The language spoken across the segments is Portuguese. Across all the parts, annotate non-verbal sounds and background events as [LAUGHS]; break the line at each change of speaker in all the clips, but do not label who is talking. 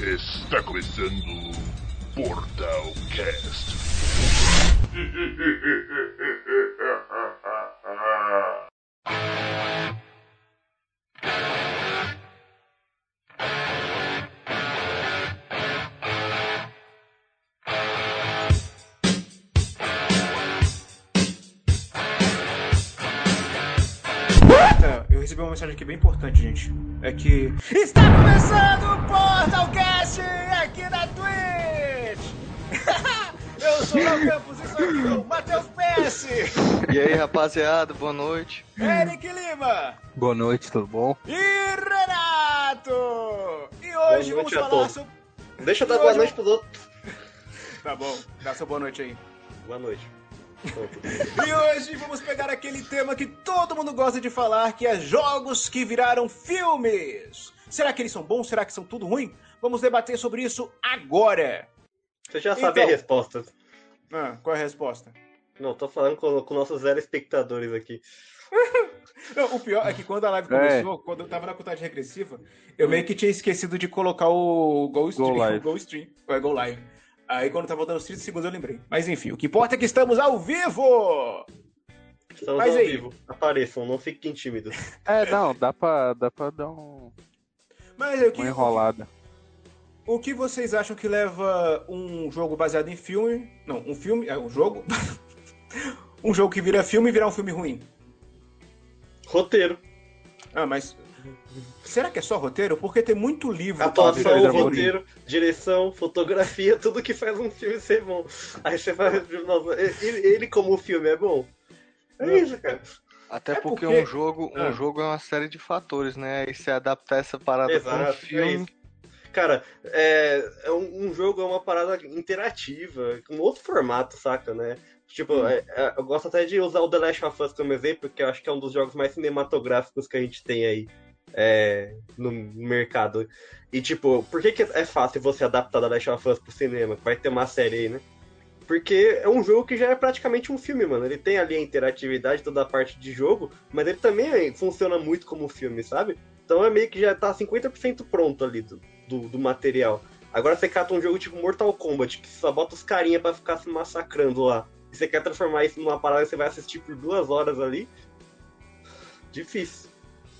Está começando o Portal Cast.
É, eu recebi uma mensagem aqui bem importante, gente. É que.
Está começando o Portalcast aqui na Twitch! [LAUGHS] Eu sou o Léo Campos e sou aqui com o Matheus PS,
E aí, rapaziada, boa noite.
Eric Lima
Boa noite, tudo bom?
e Renato! E hoje
Boa noite
vamos
a
falar
todos.
sobre.
Deixa eu dar boa noite pros
[LAUGHS]
outros.
Tá bom, dá sua boa noite aí.
Boa noite.
E hoje vamos pegar aquele tema que todo mundo gosta de falar, que é jogos que viraram filmes! Será que eles são bons? Será que são tudo ruim? Vamos debater sobre isso agora!
Você já sabe
Então.
a resposta.
Ah, qual é a resposta?
Não, tô falando com, com nossos zero espectadores aqui.
Não, o pior é que quando a live começou, quando eu tava na contagem regressiva, eu meio que tinha esquecido de colocar o Go Stream.
Go Live.
[LAUGHS] Go Stream. É, Go Live. Aí quando tava voltando os 30 segundos eu lembrei. Mas enfim, o
O
que
que importa é que estamos ao vivo!
Estamos
Mas
ao
aí?
vivo. Apareçam, não fiquem tímidos.
É, não, dá pra, dá pra dar um,
Mas eu
uma
que,
enrolada.
O que vocês acham que leva um jogo baseado em filme? Não, um filme. É um jogo? [LAUGHS] um jogo que vira filme e virar um filme ruim.
Roteiro.
Ah, mas. Será que é só roteiro? Porque tem muito livro.
Atuação,
Atuação,
roteiro,
roteiro, direção, fotografia, tudo que faz um filme ser bom. Aí você vai. Nossa, ele, ele como filme é bom. É isso, cara.
Até
É
porque,
porque-
um jogo, um
Ah.
jogo é uma série de fatores, né? E se adaptar essa parada pra um
Exato, é
filme.
isso. Cara, é, é um, um jogo é uma parada interativa, com outro formato, saca, né? Tipo, é- é- eu gosto até de usar o The Last of Us como exemplo, porque eu acho que é um dos jogos mais cinematográficos que a gente tem aí é, no mercado. E tipo, por que, que é fácil você adaptar The Last of Us pro cinema? que Vai ter uma série aí, né? Porque é um jogo que já é praticamente um filme, mano. Ele tem ali a interatividade, toda a parte de jogo, mas ele também é, funciona muito como um filme, sabe? Então é meio que já tá 50% pronto ali do, do, do material. Agora você cata um jogo tipo Mortal Kombat, que só bota os carinha pra ficar se massacrando lá. E você quer transformar isso numa parada que você vai assistir por duas horas ali. Difícil.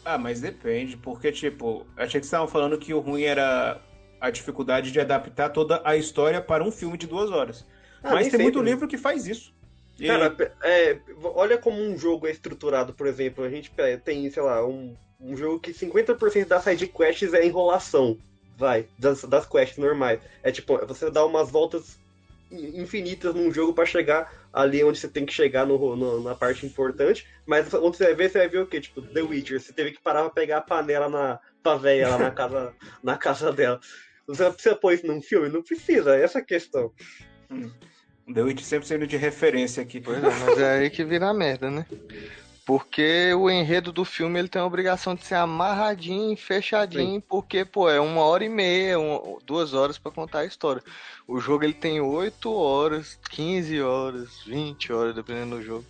Ah, mas depende, porque, tipo, achei que vocês estavam falando que o ruim era a dificuldade de adaptar toda a história para um filme de duas horas.
Ah,
mas
nem
tem muito
sempre, né?
livro que faz isso. E-
Cara, pe- é, olha como um jogo é estruturado, por exemplo. A gente pe- tem, sei lá, um, um jogo que 50% das side quests é enrolação. Vai, das, das quests normais. É tipo, você dá umas voltas in- infinitas num jogo pra chegar ali onde você tem que chegar no, ro- no- na parte importante. Mas onde você vai ver, você vai ver o quê? Tipo, The Witcher. Você teve que parar pra pegar a panela na pra véia lá na casa, na casa dela. Você precisa pôr isso num filme? Não precisa, essa é a questão.
The Witch sempre sendo de referência aqui.
Pois é, mas é aí que vira a merda, né? Porque o enredo do filme ele tem a obrigação de ser amarradinho, fechadinho, porque, pô, é uma hora e meia, um- duas horas pra contar a história. O jogo ele tem oito horas, 15 horas, 20 horas, dependendo do jogo.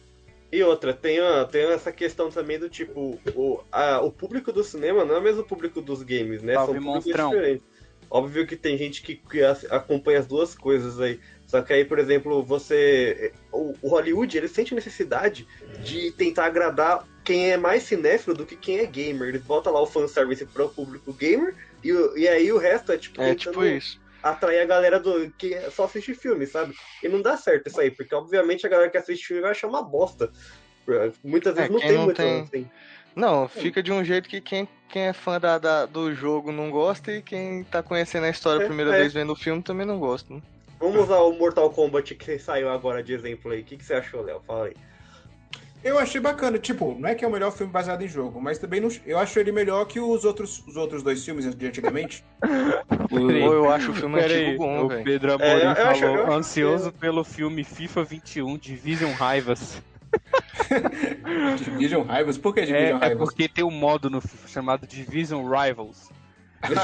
E outra, tem, a- tem essa questão também do tipo, o, a- o público do cinema não é o mesmo público dos games, né?
Salve,
públicos
monstrão.
diferentes. Óbvio que tem gente que, que as- acompanha as duas coisas aí. Só que aí, por exemplo, você. O, o Hollywood, ele sente necessidade de tentar agradar quem é mais cinéfilo do que quem é gamer. Eles botam lá o fanservice pro público gamer e, o- e aí o resto é tipo.
É
tentando-
tipo isso.
atrair a galera do que só assiste filme, sabe? E não dá certo isso aí, porque obviamente a galera que assiste filme vai achar uma bosta. Muitas vezes
É,
não
quem
tem
não
muito
tem-
assim.
Não, fica de um jeito que quem, quem é fã da, da- do jogo não gosta e quem tá conhecendo a história
É,
a primeira
é.
vez vendo o filme também não gosta. Né?
Vamos usar o Mortal Kombat que saiu agora de exemplo aí. O que, que você achou, Léo? Fala aí.
Eu achei bacana, tipo, não é que é o melhor filme baseado em jogo, mas também não- eu acho ele melhor que os outros, os outros dois filmes de antigamente.
Ou eu acho o
um
filme antigo
Peraí,
bom,
o
velho.
Pedro Amorim
É, eu- eu
falou,
acho- eu acho
ansioso pelo filme FIFA 21, Division Raivas.
Division Rivals, por que
É,
Division
é
Rivals?
porque tem um modo no FIFA chamado Division Rivals,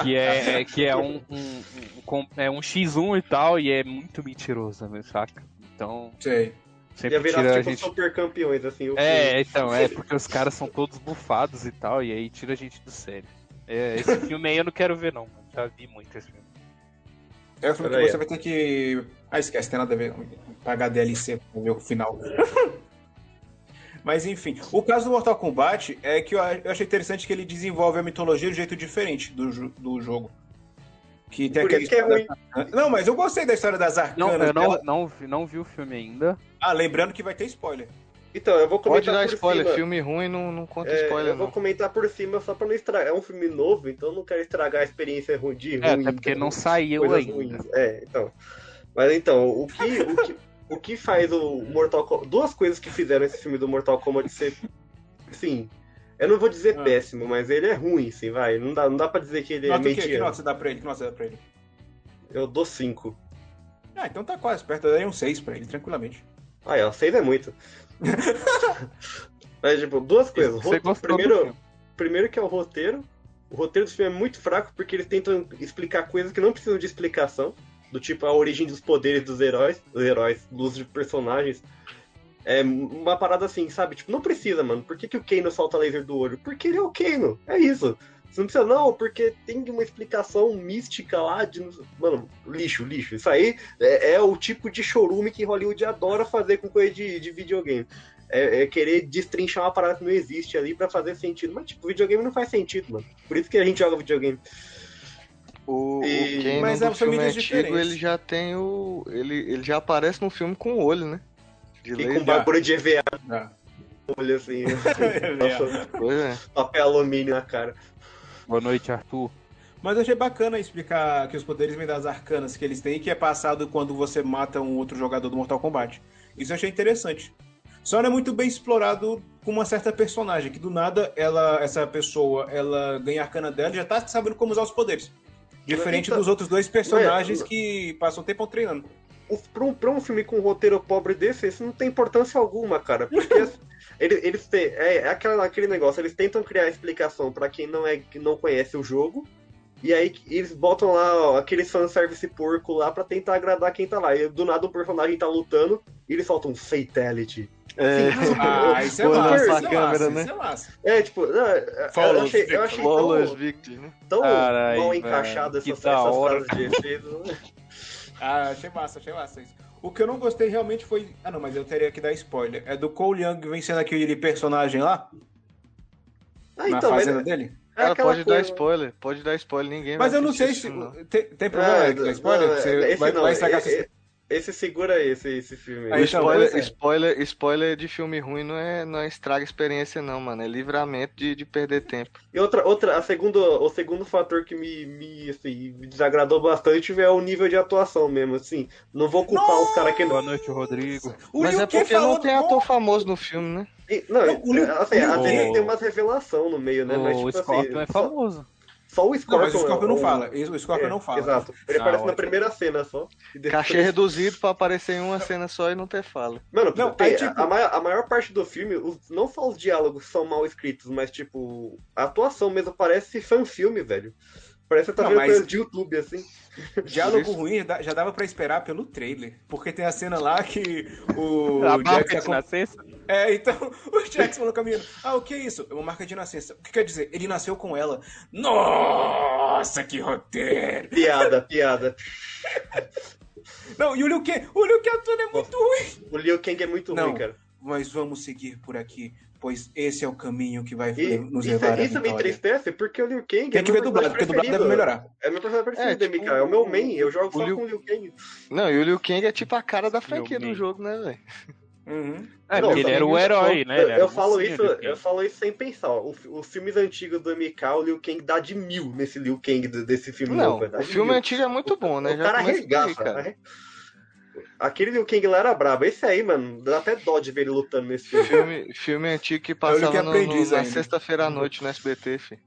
que é, é- que é um, um- um- com- é um X1 e tal, e é muito mentiroso, né, saca? Então,
Sei.
Ia
sempre
virar
tira a
tipo
gente...
super campeões, assim. o filme.
É, então, é porque os caras são todos bufados e tal, e aí tira a gente do sério. É, [LAUGHS] esse filme aí eu não quero ver, não. mano. Já vi muito esse filme.
É o filme
Peraí.
que você vai ter que. Ah, esquece, tem nada a ver. Pagar DLC pro meu
[LAUGHS]
final. Mas enfim, o caso do Mortal Kombat é que eu a- eu achei interessante que ele desenvolve a mitologia de um jeito diferente do, jo- do jogo. Que tem
Por
aquela
isso que é ruim.
história- Não, mas eu gostei da história das
Não,
arcanas.
eu não,
dela.
não, vi, não vi o filme ainda.
Ah, lembrando que vai ter spoiler.
Então, eu vou
Pode
comentar
dar
por
spoiler,
cima.
filme ruim não, não conta
É,
spoiler,
eu vou
não.
comentar por cima só pra não estragar. É um filme novo, então eu não quero estragar a experiência ruim de ruim.
É, até porque
então,
não saiu
coisas
ainda.
ruins. É, então. Mas então, o que, o que, o que faz o Mortal Kombat. Duas coisas que fizeram esse filme do Mortal Kombat ser. Sim. Eu não vou dizer
Ah.
péssimo, mas ele é ruim, sim, vai. Não dá, não dá pra dizer que ele é
Nota o quê? Que nota
mediano.
você dá pra ele? Que nota você dá pra ele?
Eu dou cinco.
Ah, então tá quase perto. Eu daria um 6 pra ele, tranquilamente.
Aí, ó, seis é
[LAUGHS]
muito. mas, tipo, duas coisas.
Você
Rote-
gostou do
Primeiro,
filme?
primeiro que é o roteiro. O roteiro do filme é muito fraco porque eles tentam explicar coisas que não precisam de explicação. Do tipo a origem dos poderes dos heróis, dos heróis, dos personagens. É uma parada assim, sabe? Tipo, não precisa, mano. Por que, que o Kano solta laser do olho? Porque ele é o Kano. É isso. Você não precisa, não, porque tem uma explicação mística lá de. Mano, lixo, lixo. Isso aí é, é o tipo de chorume que Hollywood adora fazer com coisa de, de videogame. É, é querer destrinchar uma parada que não existe ali pra fazer sentido. Mas, tipo, videogame não faz sentido, mano. Por isso que a gente joga videogame.
O,
E-
o Kano
Mas é
do filme
famílias
antigo,
diferentes.
ele já tem o... Ele, ele já aparece no filme com o olho, né? De
E com um
laser,
bagulho de EVA,
Ah.
olha assim. Nossa,
pois é.
papel alumínio na cara.
Boa noite, Arthur.
Mas eu achei bacana explicar que os poderes vêm das arcanas que eles têm, que é passado quando você mata um outro jogador do Mortal Kombat. Isso eu achei interessante. Só não é muito bem explorado com uma certa personagem, que do nada ela, essa pessoa, ela ganha a arcana dela e já tá sabendo como usar os poderes. Diferente
Então-
dos outros dois personagens
Ué,
que passam o tempo treinando.
[LAUGHS] o- pra um, pra um filme com um roteiro pobre desse, isso não tem importância alguma, cara. Porque as- eles, eles te- é, é aquela- aquele negócio, eles tentam criar explicação pra quem não, é, que não conhece o jogo, e aí que- eles botam lá ó, aquele fanservice porco lá pra tentar agradar quem tá lá. E do nada o personagem tá lutando e eles soltam um fatality.
É.
Assim,
Ah, isso é
Vou
massa,
lançar
isso é
a câmera,
massa,
né?
isso é massa.
é, tipo, ah, eu
Follows
achei, eu
então,
achei
Bolas
tão,
Victor, né?
tão
Carai,
mal
velho,
encaixado
que
essas,
da
essas
hora.
frases de efeito.
Ah, achei massa, achei massa isso. O que eu não gostei realmente foi... Ah, não, mas eu teria que dar spoiler. É do Cole Young vencendo aquele personagem lá,
Ah,
na
então, mas é,
fazenda dele.
Cara,
aquela
pode dar
coisa.
spoiler, pode dar spoiler, ninguém
um
Mas
vai
eu não
assistir
sei
esse
se.
filme, não.
Tem, tem problema
É,
é, dar spoiler?
não,
Você
esse
vai,
não, é,
vai estragar
e-
sua-
e- Esse segura aí, esse, esse filme.
Aí,
aí.
então,
spoiler,
pois é.
spoiler, spoiler de filme ruim não é, não é estraga experiência, não, mano. É livramento de, de perder tempo.
E outra, outra a segunda, o segundo fator que me, me, assim, me desagradou bastante é o nível de atuação mesmo, assim. Não vou culpar os caras que
Boa
não.
noite, Rodrigo.
O
Mas
Liu
é
Kang
porque não
falou
tem
do-
ator famoso no filme, né?
E- Não,
Não, o Liu-
assim, às
o-
vezes tem umas revelação no meio, né? Mas,
o
tipo assim,
Scorpion é
só-
famoso.
Só, o
Não,
Scorpion.
mas o Scorpion
é
não
um-
fala. Esse- O Scorpion
é,
não é tipo- fala.
Exato. Ele
Ah,
aparece na
ótimo.
primeira cena só. E depois-
Cachê reduzido pra aparecer em uma cena só e não ter fala.
Mano,
Não,
tem-
aí, tipo-
a, maior, a maior parte do filme, os- não só os diálogos são mal escritos, mas, tipo, a atuação mesmo parece fanfilme, velho. Parece que tá
Não,
vendo
mas-
coisa de YouTube, assim.
Diálogo ruim dá- já dava pra esperar pelo trailer. Porque tem a cena lá que o.
A
Jax
marca
tá
de
com-
nascença?
É, então [LAUGHS] o Jax falou com a menina: Ah, o que é isso? É uma marca de nascença. O que quer dizer? Ele nasceu com ela. Nossa, que roteiro!
Piada, piada.
Não, e o Liu Kang? O Liu Kang atuando é muito ruim.
O Liu Kang é muito
Não.
ruim, cara.
Mas vamos seguir por aqui, pois esse é o caminho que vai
E
nos
isso,
levar à
isso me
vitória.
entristece, porque o Liu Kang
Tem
é
que
meu
ver dublado, porque
personagem
dublado deve
preferido.
melhorar.
É meu personagem preferido,
É, tipo,
MK. É o meu main, eu jogo
o
só
Liu-
com o Liu Kang.
Não, e o Liu Kang é tipo a cara da franquia
Liu
do
Kang.
jogo, né, velho?
Uhum.
É,
Não,
porque ele era o herói, né?
eu,
ele era
eu
o
falo
mocinho
isso,
do filme.
eu falo isso sem pensar. ó. O fi- os filmes antigos do MK, o Liu Kang dá de mil nesse Liu Kang do- desse filme
Não,
novo. né? dá
o
de
filme
mil.
antigo é muito bom, né?
O cara
começa por aí,
arregaça. né? arre- Aquele Liu Kang lá era brabo. Esse aí, mano, dá até dó de ver ele lutando nesse filme.
[LAUGHS] Filme, filme antigo que
É Liu
passava
Kang
no,
aprendiz
no, na
ainda.
sexta-feira à noite no SBT, fi.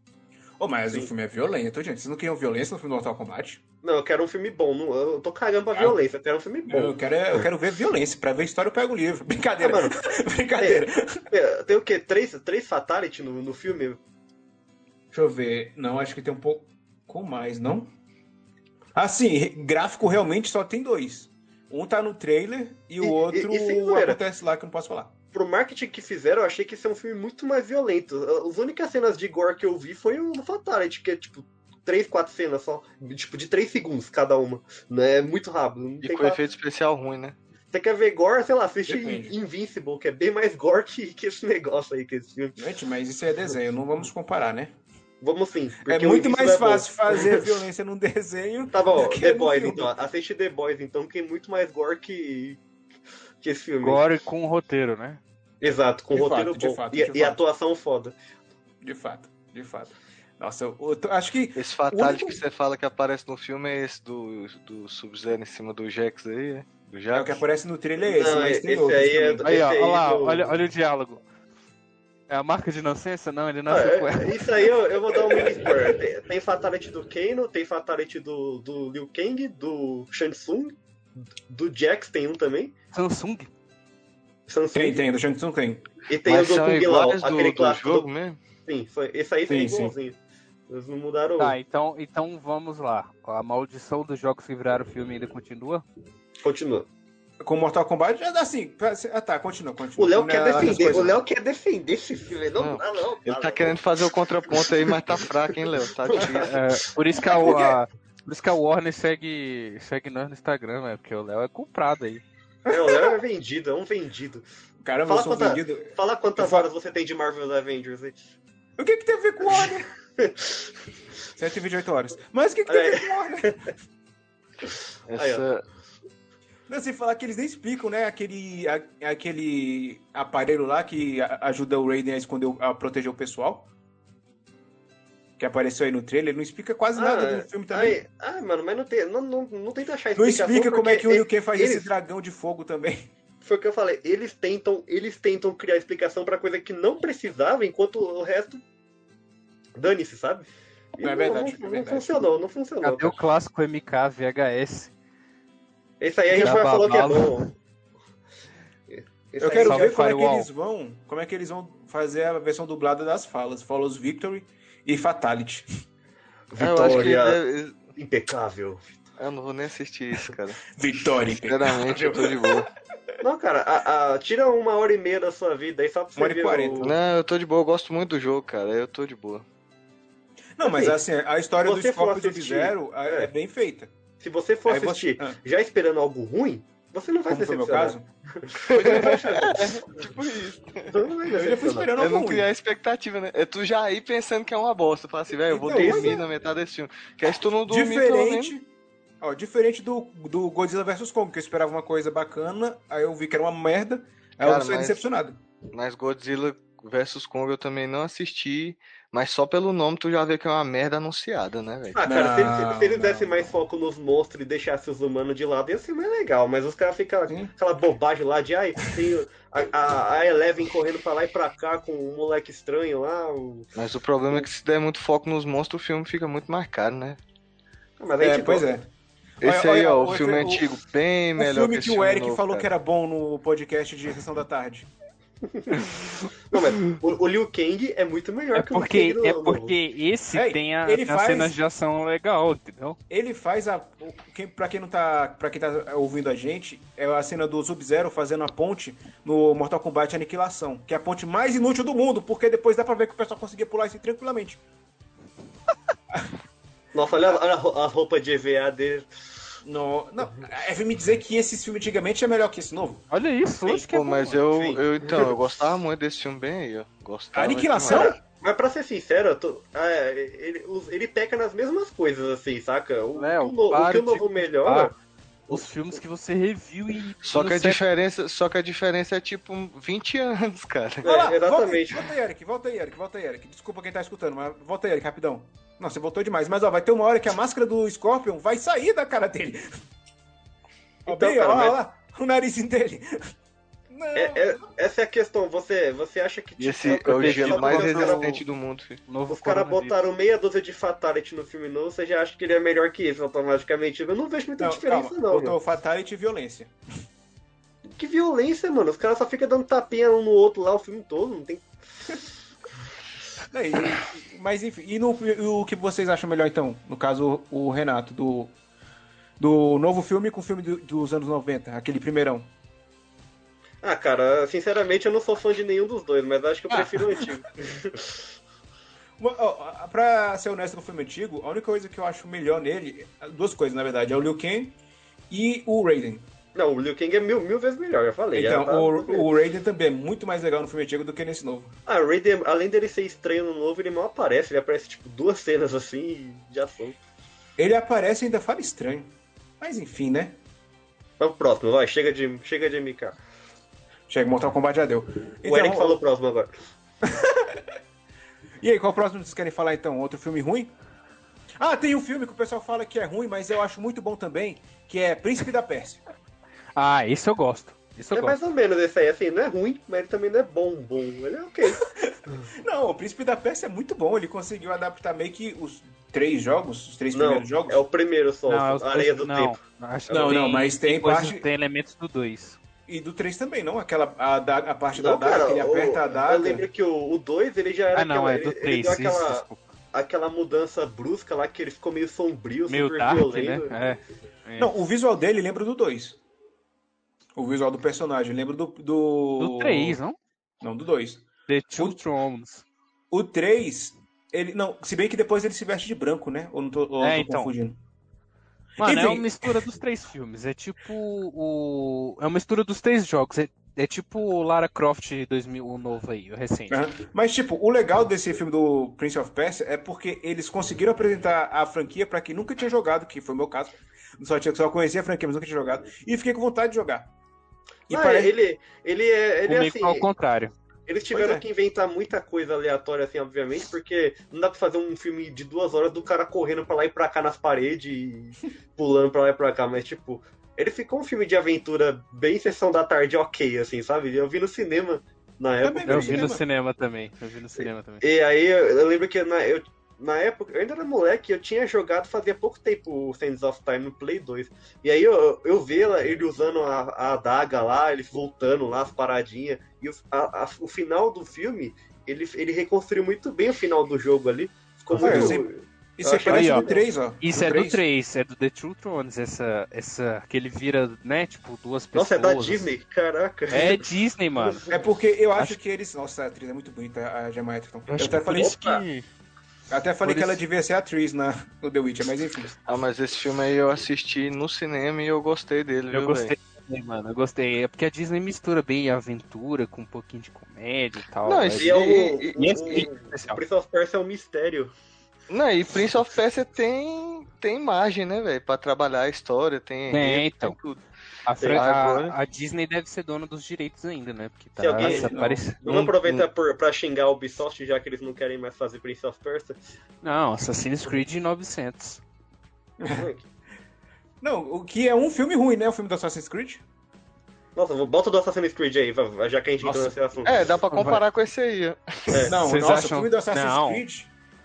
Ô, mas
Sim.
o filme é violento, gente. Vocês não queriam violência no filme do Mortal Kombat?
Não, eu quero um filme bom. não- eu tô cagando pra
Ah.
violência. Eu quero um filme bom.
Eu quero, é- eu quero ver violência. Pra ver história, eu pego o livro. [LAUGHS] Brincadeira.
Ah, mano.
Brincadeira.
É, Tem o quê? Três, três fatality no, no filme?
Deixa eu ver. Não, acho que tem um pouco mais, não? Assim, re- gráfico realmente só tem dois. Um tá no trailer e o
E- e-
outro
e sem zoeira.
acontece lá que eu não posso falar.
pro marketing que fizeram, eu achei que esse é um filme muito mais violento. As únicas cenas de gore que eu vi foi o do Fatality, que é tipo três, quatro cenas só, tipo de três segundos cada uma, né? É muito rápido. Não
E
tem
com
pra-
efeito especial ruim, né?
Você quer ver gore, sei lá, assiste
Depende.
Invincible, que é bem mais gore que, que esse negócio aí, que esse filme.
Gente, mas isso é desenho, não vamos comparar, né?
Vamos sim. porque
É
o
muito
Invincible
mais
é bom.
fácil
[LAUGHS]
fazer violência num desenho.
Tá bom,
do [LAUGHS] que é
The
no
Boys,
filme.
então. Assiste The Boys, então, que é muito mais gore que, que esse filme.
Gore com roteiro, né?
Exato, com
De
roteiro
fato, de
bom.
fato,
e,
de
e
fato.
atuação foda.
De fato, de fato. Nossa, eu, eu tô- acho que
Esse fatality
único-
que você fala que aparece no filme é esse do, do Sub-Zero em cima do Jax aí, é? Do
é o que
Jax?
aparece no trailer é esse,
Não,
mas tem
esse
outros
aí é-
também.
Aí, ó,
Esse aí
olha lá,
do-
olha, olha o diálogo. É a marca de inocência? Não, ele nasceu com ela.
É, isso aí eu, eu vou dar um mini spoiler. Tem, tem Fatality do Kano, tem Fatality do, do Liu Kang, do Shang Tsung, do Jax tem um também.
é Samsung?
Tem,
Samsung.
tem, do Shang Tsung tem.
E tem
Mas
o do
são
Kung Lao,
iguais do,
aquele
do
clássico.
jogo mesmo?
do- Sim, foi- esse aí
Sim,
tem
sim.
igualzinho. Eles não mudaram.
Tá, então, então vamos lá. A maldição dos jogos que viraram filme ainda continua?
Continua.
Com Mortal Kombat, é assim. pra- Ah tá, continua,
O
continua.
Léo
Né,
quer
outras
defender. O
coisas.
Léo quer defender esse filme. Não,
Não,
não, dá, não.
Ele
dá,
tá
não.
querendo fazer o contraponto aí, mas tá fraco, hein, Léo? Tá difícil.
É, por, isso que a, a- por isso que a Warner segue, segue nós no Instagram, é porque o Léo é comprado aí.
É, o Léo é vendido, é um vendido.
Caramba,
Fala
eu sou
quanta-
vendido.
Fala
Eu
quantas
fa-
horas você tem de Marvel's Avengers aí.
O que que tem a ver com
[LAUGHS]
Warner? 128 horas. Mas o que que
É.
tem a ver com Warner?
Essa...
Não, sem falar que eles nem explicam, né? Aquele, a- aquele aparelho lá que a- ajuda o Raiden a esconder, o- a proteger o pessoal. Que apareceu aí no trailer. Não explica quase
Ah,
nada
é.
do filme também.
Ai, ah, mano, mas não, tem, não, não, não tenta achar
Não
explicação.
explica como é que o
porque
Liu Kang faz
ele-
esse dragão de fogo também.
Foi o que eu falei. Eles tentam, eles tentam criar explicação pra coisa que não precisava, enquanto o resto dane-se, sabe? E
É verdade, é
não, não
verdade.
funcionou, não funcionou.
Cadê o clássico MK VHS?
Esse aí a gente vai falar que é
Jababala.
bom. Esse
Eu
aí-
quero
Salve
ver como é que
Firewall.
eles vão. Como é que eles vão fazer a versão dublada das falas. Follows Victory e Fatality.
Ah, Eu acho que ele é-
Vitória
deve...
impecável.
Eu não vou nem assistir isso, cara.
Victory.
Sinceramente, eu tô de boa.
Não, cara, a- a- tira uma hora e meia da sua vida aí só pra
Uma
você
hora e
ver
quarenta. né?
o-
Não, eu tô de boa, eu gosto muito do jogo, cara. Eu tô de boa.
Não, mas assim, a história do
Você for
Scorpion de
assistir,
Zero é,
é.
bem feita.
Se você for
Aí você-
assistir
ah.
já esperando algo ruim, você não vai
Como
se
foi o meu
decepcionar.
caso? [LAUGHS]
Tipo isso.
Você não vai se
Eu já fui
decepcionar.
esperando
Eu não
algum ruim.
criar expectativa, né? É tu já ir pensando que é uma bosta. Fala assim, velho, eu vou
Então, mas
dormir
é.
na metade desse filme. Que aí se tu não dormir, pelo menos.
Diferente. Ó, diferente do, do Godzilla vs Kong, que eu esperava uma coisa bacana, aí eu vi que era uma merda, aí eu
Cara,
saí
mas-
decepcionado.
Mas Godzilla vs Kong eu também não assisti. Mas só pelo nome tu já vê que é uma merda anunciada, né, velho?
Ah, cara, se,
Não,
eles- se eles
não,
dessem
não.
mais foco nos monstros e deixassem os humanos de lado, ia ser mais legal. Mas os caras ficam
Sim.
aquela bobagem lá de ai, tem o- a, a, a Eleven correndo pra lá e pra cá com um moleque estranho lá. o-
Mas o problema é que se der muito foco nos monstros, o filme fica muito marcado, né?
Ah, Mas aí,
É,
tipo,
pois é.
Esse
Olha,
aí,
olha,
ó, o
o-
filme
o-
antigo, bem
O
um melhor
filme
esse
que o Eric
novo,
falou que
cara.
era bom no podcast de Sessão da Tarde.
Não, mas o, o Liu Kang é muito melhor
É
que o Liu
porque,
Kang do-
é
do-
porque esse
Ei,
tem a,
ele
tem as
faz-
cenas de ação legal, entendeu?
Ele faz a. o- Quem, pra, quem não tá, pra quem tá ouvindo a gente, é a cena do Sub-Zero fazendo a ponte no Mortal Kombat Aniquilação, que é a ponte mais inútil do mundo, porque depois dá pra ver que o pessoal conseguia pular isso tranquilamente.
Nossa, olha, olha a ro- a roupa de EVA dele.
No, não, é vir me dizer que esse filme antigamente é melhor que esse novo.
Olha isso, lógico que é
Pô,
bom,
mas
mano.
eu,
Sim.
eu, então, eu gostava muito desse filme bem aí, ó. Gostava
Aniquilação?
demais.
Mas pra ser sincero, eu tô- ah, ele, os- ele peca nas mesmas coisas, assim, saca? O,
É,
Léo,
o no- o
para
que o
de
novo melhora.
Ah, Os filmes que você review e...
Só
no
é
que, a
set-
diferença, só que a diferença é tipo 20 anos, cara.
É,
Olha lá,
exatamente.
Volta, volta aí, Eric, volta aí, Eric, volta aí, Eric. Desculpa quem tá escutando, mas volta aí, Eric, rapidão. Não, você voltou demais, mas ó, vai ter uma hora que a máscara do Scorpion vai sair da cara dele. Ó,
Então,
bem, ó,
cara,
ó,
mas-
lá, o narizinho dele. [LAUGHS] Não,
É- é- essa é a questão. Você, você acha que.
E esse
tipo,
é o
eles
gelo
só
mais
botaram-
resistente do mundo, filho.
Novo
Os caras
coronavírus.
botaram meia dúzia de Fatality no filme novo, você já acha que ele é melhor que esse automaticamente. Eu não vejo muita
Não,
diferença,
calma,
não.
botou Fatality e violência.
mano. Que violência, mano. Os caras só ficam dando tapinha um no outro lá o filme todo. Não tem...
Daí, e- mas enfim, e, no- e o que vocês acham melhor então? No caso, o Renato, do, do novo filme com o filme do- dos anos 90, aquele primeirão.
Ah, cara, sinceramente eu não sou fã de nenhum dos dois, mas acho que
Ah.
eu prefiro o
[LAUGHS]
antigo.
Uma- ó, Pra ser honesto com o filme antigo, a única coisa que eu acho melhor nele, duas coisas na verdade, é o Liu Kang e o Raiden.
Não, o Liu Kang é mil, mil vezes melhor, eu falei.
Então,
Já tá-
o, o Raiden também é muito mais legal no filme antigo do que nesse novo.
Ah, o Raiden, além dele ser estranho no novo, ele mal aparece. Ele aparece, tipo, duas cenas assim de ação.
Ele aparece e ainda fala estranho. Mas enfim, né?
Vamos pro próximo, vai. Chega de, chega de MK.
Chega, Mortal Kombat já deu.
o
Então,
Eric falou o próximo agora.
E aí, qual é o próximo que vocês querem falar então? Outro filme ruim? Ah, tem um filme que o pessoal fala que é ruim, mas eu acho muito bom também, que é Príncipe da Pérsia.
Ah, isso eu gosto. Isso eu
É
gosto.
mais ou menos esse aí, assim, não é ruim, mas ele também não é bom, bom. Ele é ok.
Não, o Príncipe da Pérsia é muito bom, ele conseguiu adaptar meio que os três jogos, os três
não,
primeiros jogos.
é o primeiro só,
Não, é os
a Areia
dois-
do
não,
Tempo.
acho que
Não,
tem-
não, mas tem
coisas-
parte-
tem elementos do 2.
E do 3 também, não? Aquela a, da- a parte
Não,
da daga,
cara,
que ele
o-
aperta a
eu
daga.
lembro que o 2, ele já era
Ah, não,
aquela,
é do
ele- ele
3.
deu
Isso,
aquela,
desculpa.
aquela mudança brusca lá, que ele ficou meio sombrio,
Meio
super
dark,
violento.
né? É.
Não, o visual dele lembra do 2. O visual do personagem, lembra do. Do,
Do 3, não?
Não, do 2.
The Two
O-
Thrones.
O 3, ele. Não, se bem que depois ele se veste de branco, né? Ou não tô, ou
É,
tô
então.
confundindo.
Mano, é
Enfim.
uma mistura dos três filmes. É tipo o. É uma mistura dos três jogos. É, é tipo o Lara Croft 2000, o novo aí, o
Ah,
recente.
Aham. Mas, tipo, o legal desse filme do Prince of Persia é porque eles conseguiram apresentar a franquia pra quem nunca tinha jogado, que foi o meu caso. Só, tinha, só conhecia a franquia, mas nunca tinha jogado. E fiquei com vontade de jogar. E
Não,
parece-
ele, ele é, ele é
Comigo
assim,
ao contrário.
Eles tiveram
Pois é.
que inventar muita coisa aleatória, assim, obviamente, porque não dá pra fazer um filme de duas horas do cara correndo pra lá e pra cá nas
[LAUGHS]
paredes e pulando pra lá e pra cá, mas, tipo, ele ficou um filme de aventura bem sessão da tarde ok, assim, sabe? Eu vi no cinema na
Também
época.
no
Eu vi no
cinema.
cinema também. Eu vi no cinema também.
E aí eu, eu lembro que na, eu- na época, eu ainda era moleque, eu tinha jogado fazia pouco tempo o Sands of Time no Play 2. E aí eu, eu vi ela- ele usando a, a adaga lá, ele voltando lá, as paradinhas. E o, a- a- o final do filme, ele, ele reconstruiu muito bem o final do jogo ali. Ficou
Olha,
muito.
sempre-
Eu
Isso é
achei
parece
aí,
do
ó.
3, ó.
Isso
Do
é do
três.
3, é do The Two Thrones, essa, essa. que ele vira, né, tipo, duas pessoas.
Nossa, é da Disney, caraca.
É Disney,
[LAUGHS]
mano.
É porque eu acho, que eles. Nossa, a atriz é muito bonita, a Gemma Arterton. Eu, é até falei,
isso- Opa.
que.
até falei
por
que ela
isso-
devia ser atriz na, no The Witcher, mas enfim.
Ah, mas esse filme aí eu assisti no cinema e eu gostei dele, viu,
Eu
véi?
gostei também, mano. Eu gostei. É porque a Disney mistura bem a aventura com um pouquinho de comédia e tal.
Não,
mas-
esse-
E é o,
E-
o,
e esse vídeo
o
especial.
Prince of Persia é um mistério.
Não, e Prince of Persia tem, tem margem, né, velho? Pra trabalhar a história, tem.
Tem,
enredo,
então.
tudo.
A, Fran-
Agora-
a- a Disney deve ser dona dos direitos ainda, né? Porque tá
Se alguém-
tá
não.
parecendo-
Vamos aproveitar por, pra xingar o Ubisoft, já que eles não querem mais fazer Prince of Persia.
Não, Assassin's Creed 900.
Não, o que é um filme ruim, né? O filme do Assassin's Creed.
Nossa, vou- bota o do Assassin's Creed aí, vai- vai- já que a gente entrou
Nossa.
nesse assunto.
É, dá pra comparar com esse aí, ó.
É.
Não,
Vocês
nossa,
acham-
o filme do Assassin's
Não.
Creed.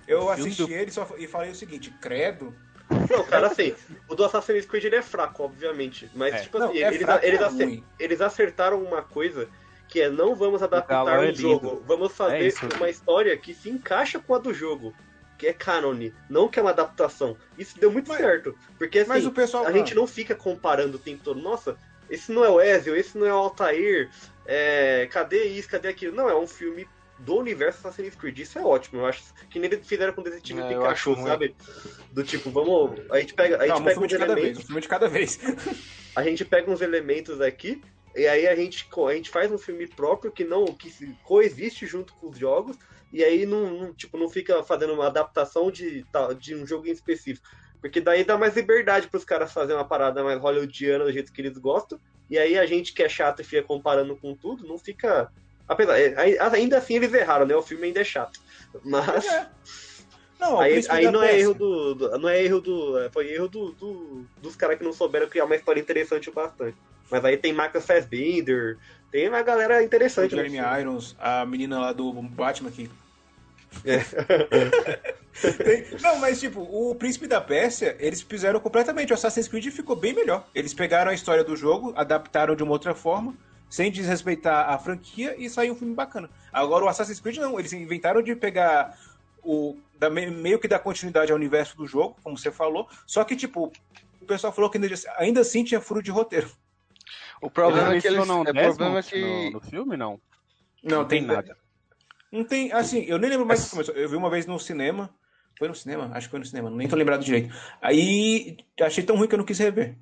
Eu
O filme
assisti
do-
ele só, e falei o seguinte: credo.
Não, cara, assim, o do Assassin's Creed ele é fraco, obviamente. Mas,
É.
tipo
Não,
assim,
é
eles,
fraco,
eles
é
acer-
ruim.
eles acertaram uma coisa que é não vamos
O
adaptar
galão é
um
lindo.
jogo, vamos fazer
É isso.
uma história que se encaixa com a do jogo. Que é canone, não que é uma adaptação. Isso deu muito
Mas-
certo. Porque assim,
Mas o pessoal.
a gente não fica comparando o tempo todo. Nossa, esse não é o Ezio, esse não é o Altair. é, cadê isso, cadê aquilo? Não, é um filme do universo Assassin's Creed. Isso é ótimo. Eu acho que nem eles fizeram com o Detetive
É, eu acho
Pikachu,
ruim.
sabe? Do tipo, vamos. A gente pega, a gente
Calma, um
pega
filme
uns
de cada vez.
elementos.
Um filme de cada vez.
A gente pega uns elementos aqui. E aí a gente, co- a gente faz um filme próprio que não que se coexiste junto com os jogos e aí não, não, tipo não fica fazendo uma adaptação de tal- de um jogo em específico. Porque daí dá mais liberdade pros caras fazerem uma parada mais hollywoodiana do jeito que eles gostam. E aí a gente que é chato e fica comparando com tudo, não fica. Apesar, é, aí- ainda assim eles erraram, né? O filme ainda é chato. Mas
É. Não, o
aí,
Príncipe
aí
da
não é
Pérsia.
erro do, do- Não é erro do. é, Foi erro do, do- dos caras que não souberam criar uma história interessante o bastante. Mas aí tem Michael Fassbender, tem uma galera
O
interessante. né?
Jeremy Irons, a menina lá do Batman aqui. [LAUGHS] Não, mas tipo, o Príncipe da Pérsia, eles fizeram completamente. O Assassin's Creed ficou bem melhor. Eles pegaram a história do jogo, adaptaram de uma outra forma, sem desrespeitar a franquia, e saiu um filme bacana. Agora o Assassin's Creed não, eles inventaram de pegar o. da me- meio que dar continuidade ao universo do jogo, como você falou. Só que, tipo, o pessoal falou que ainda- ainda assim tinha furo de roteiro.
O problema é que eles.
mencionam
é, o
Desmond
problema é que.
no, no filme, não.
Não,
tem nada.
Não tem, assim, eu nem lembro mais que começou. Eu vi uma vez no cinema. Foi no cinema? Acho que foi no cinema, nem tô lembrado direito. Aí achei tão ruim que eu não quis rever.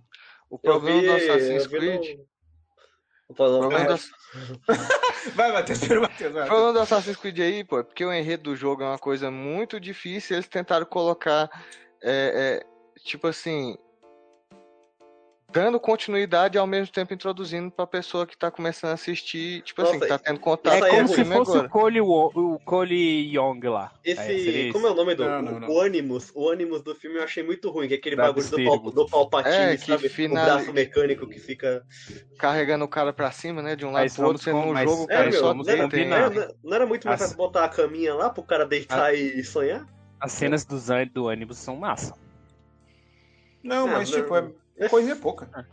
O
Eu
problema
vi-
do Assassin's
eu vi
Creed.
no- Vou falar-
O problema, é do,
Vai, Matheus, primeiro Matheus, vai.
o problema do Assassin's Creed aí, pô, é porque o enredo do jogo é uma coisa muito difícil. Eles tentaram colocar. é, é, tipo assim. Dando continuidade e ao mesmo tempo introduzindo pra pessoa que tá começando a assistir, tipo assim,
Nossa,
que tá tendo
Tá
contato
isso aí é
é
com
como
o
ruim
se
filme
fosse
agora.
o Cole, Wo- o Cole Young lá. É, seria
Esse.
isso.
como é o nome do?
Não, não, não.
O ânimos. O ânimos do filme eu achei muito ruim, que é aquele
Dá
bagulho do,
desespero.
pal, do Palpatine,
É, que
sabe?
final-
O braço mecânico que fica.
Carregando o cara pra cima, né? De um lado
Mas
pro outro,
vamos
sendo
com-
no
mas-
jogo, o
é,
cara
meu,
só
vamos
tem-
combinar.
É, não- não era muito mais
As-
fácil botar a caminha lá pro cara deitar e sonhar?
As cenas dos ân- do ânibus são massa.
Não,
Ah,
mas
não.
tipo, é coisinha pouca.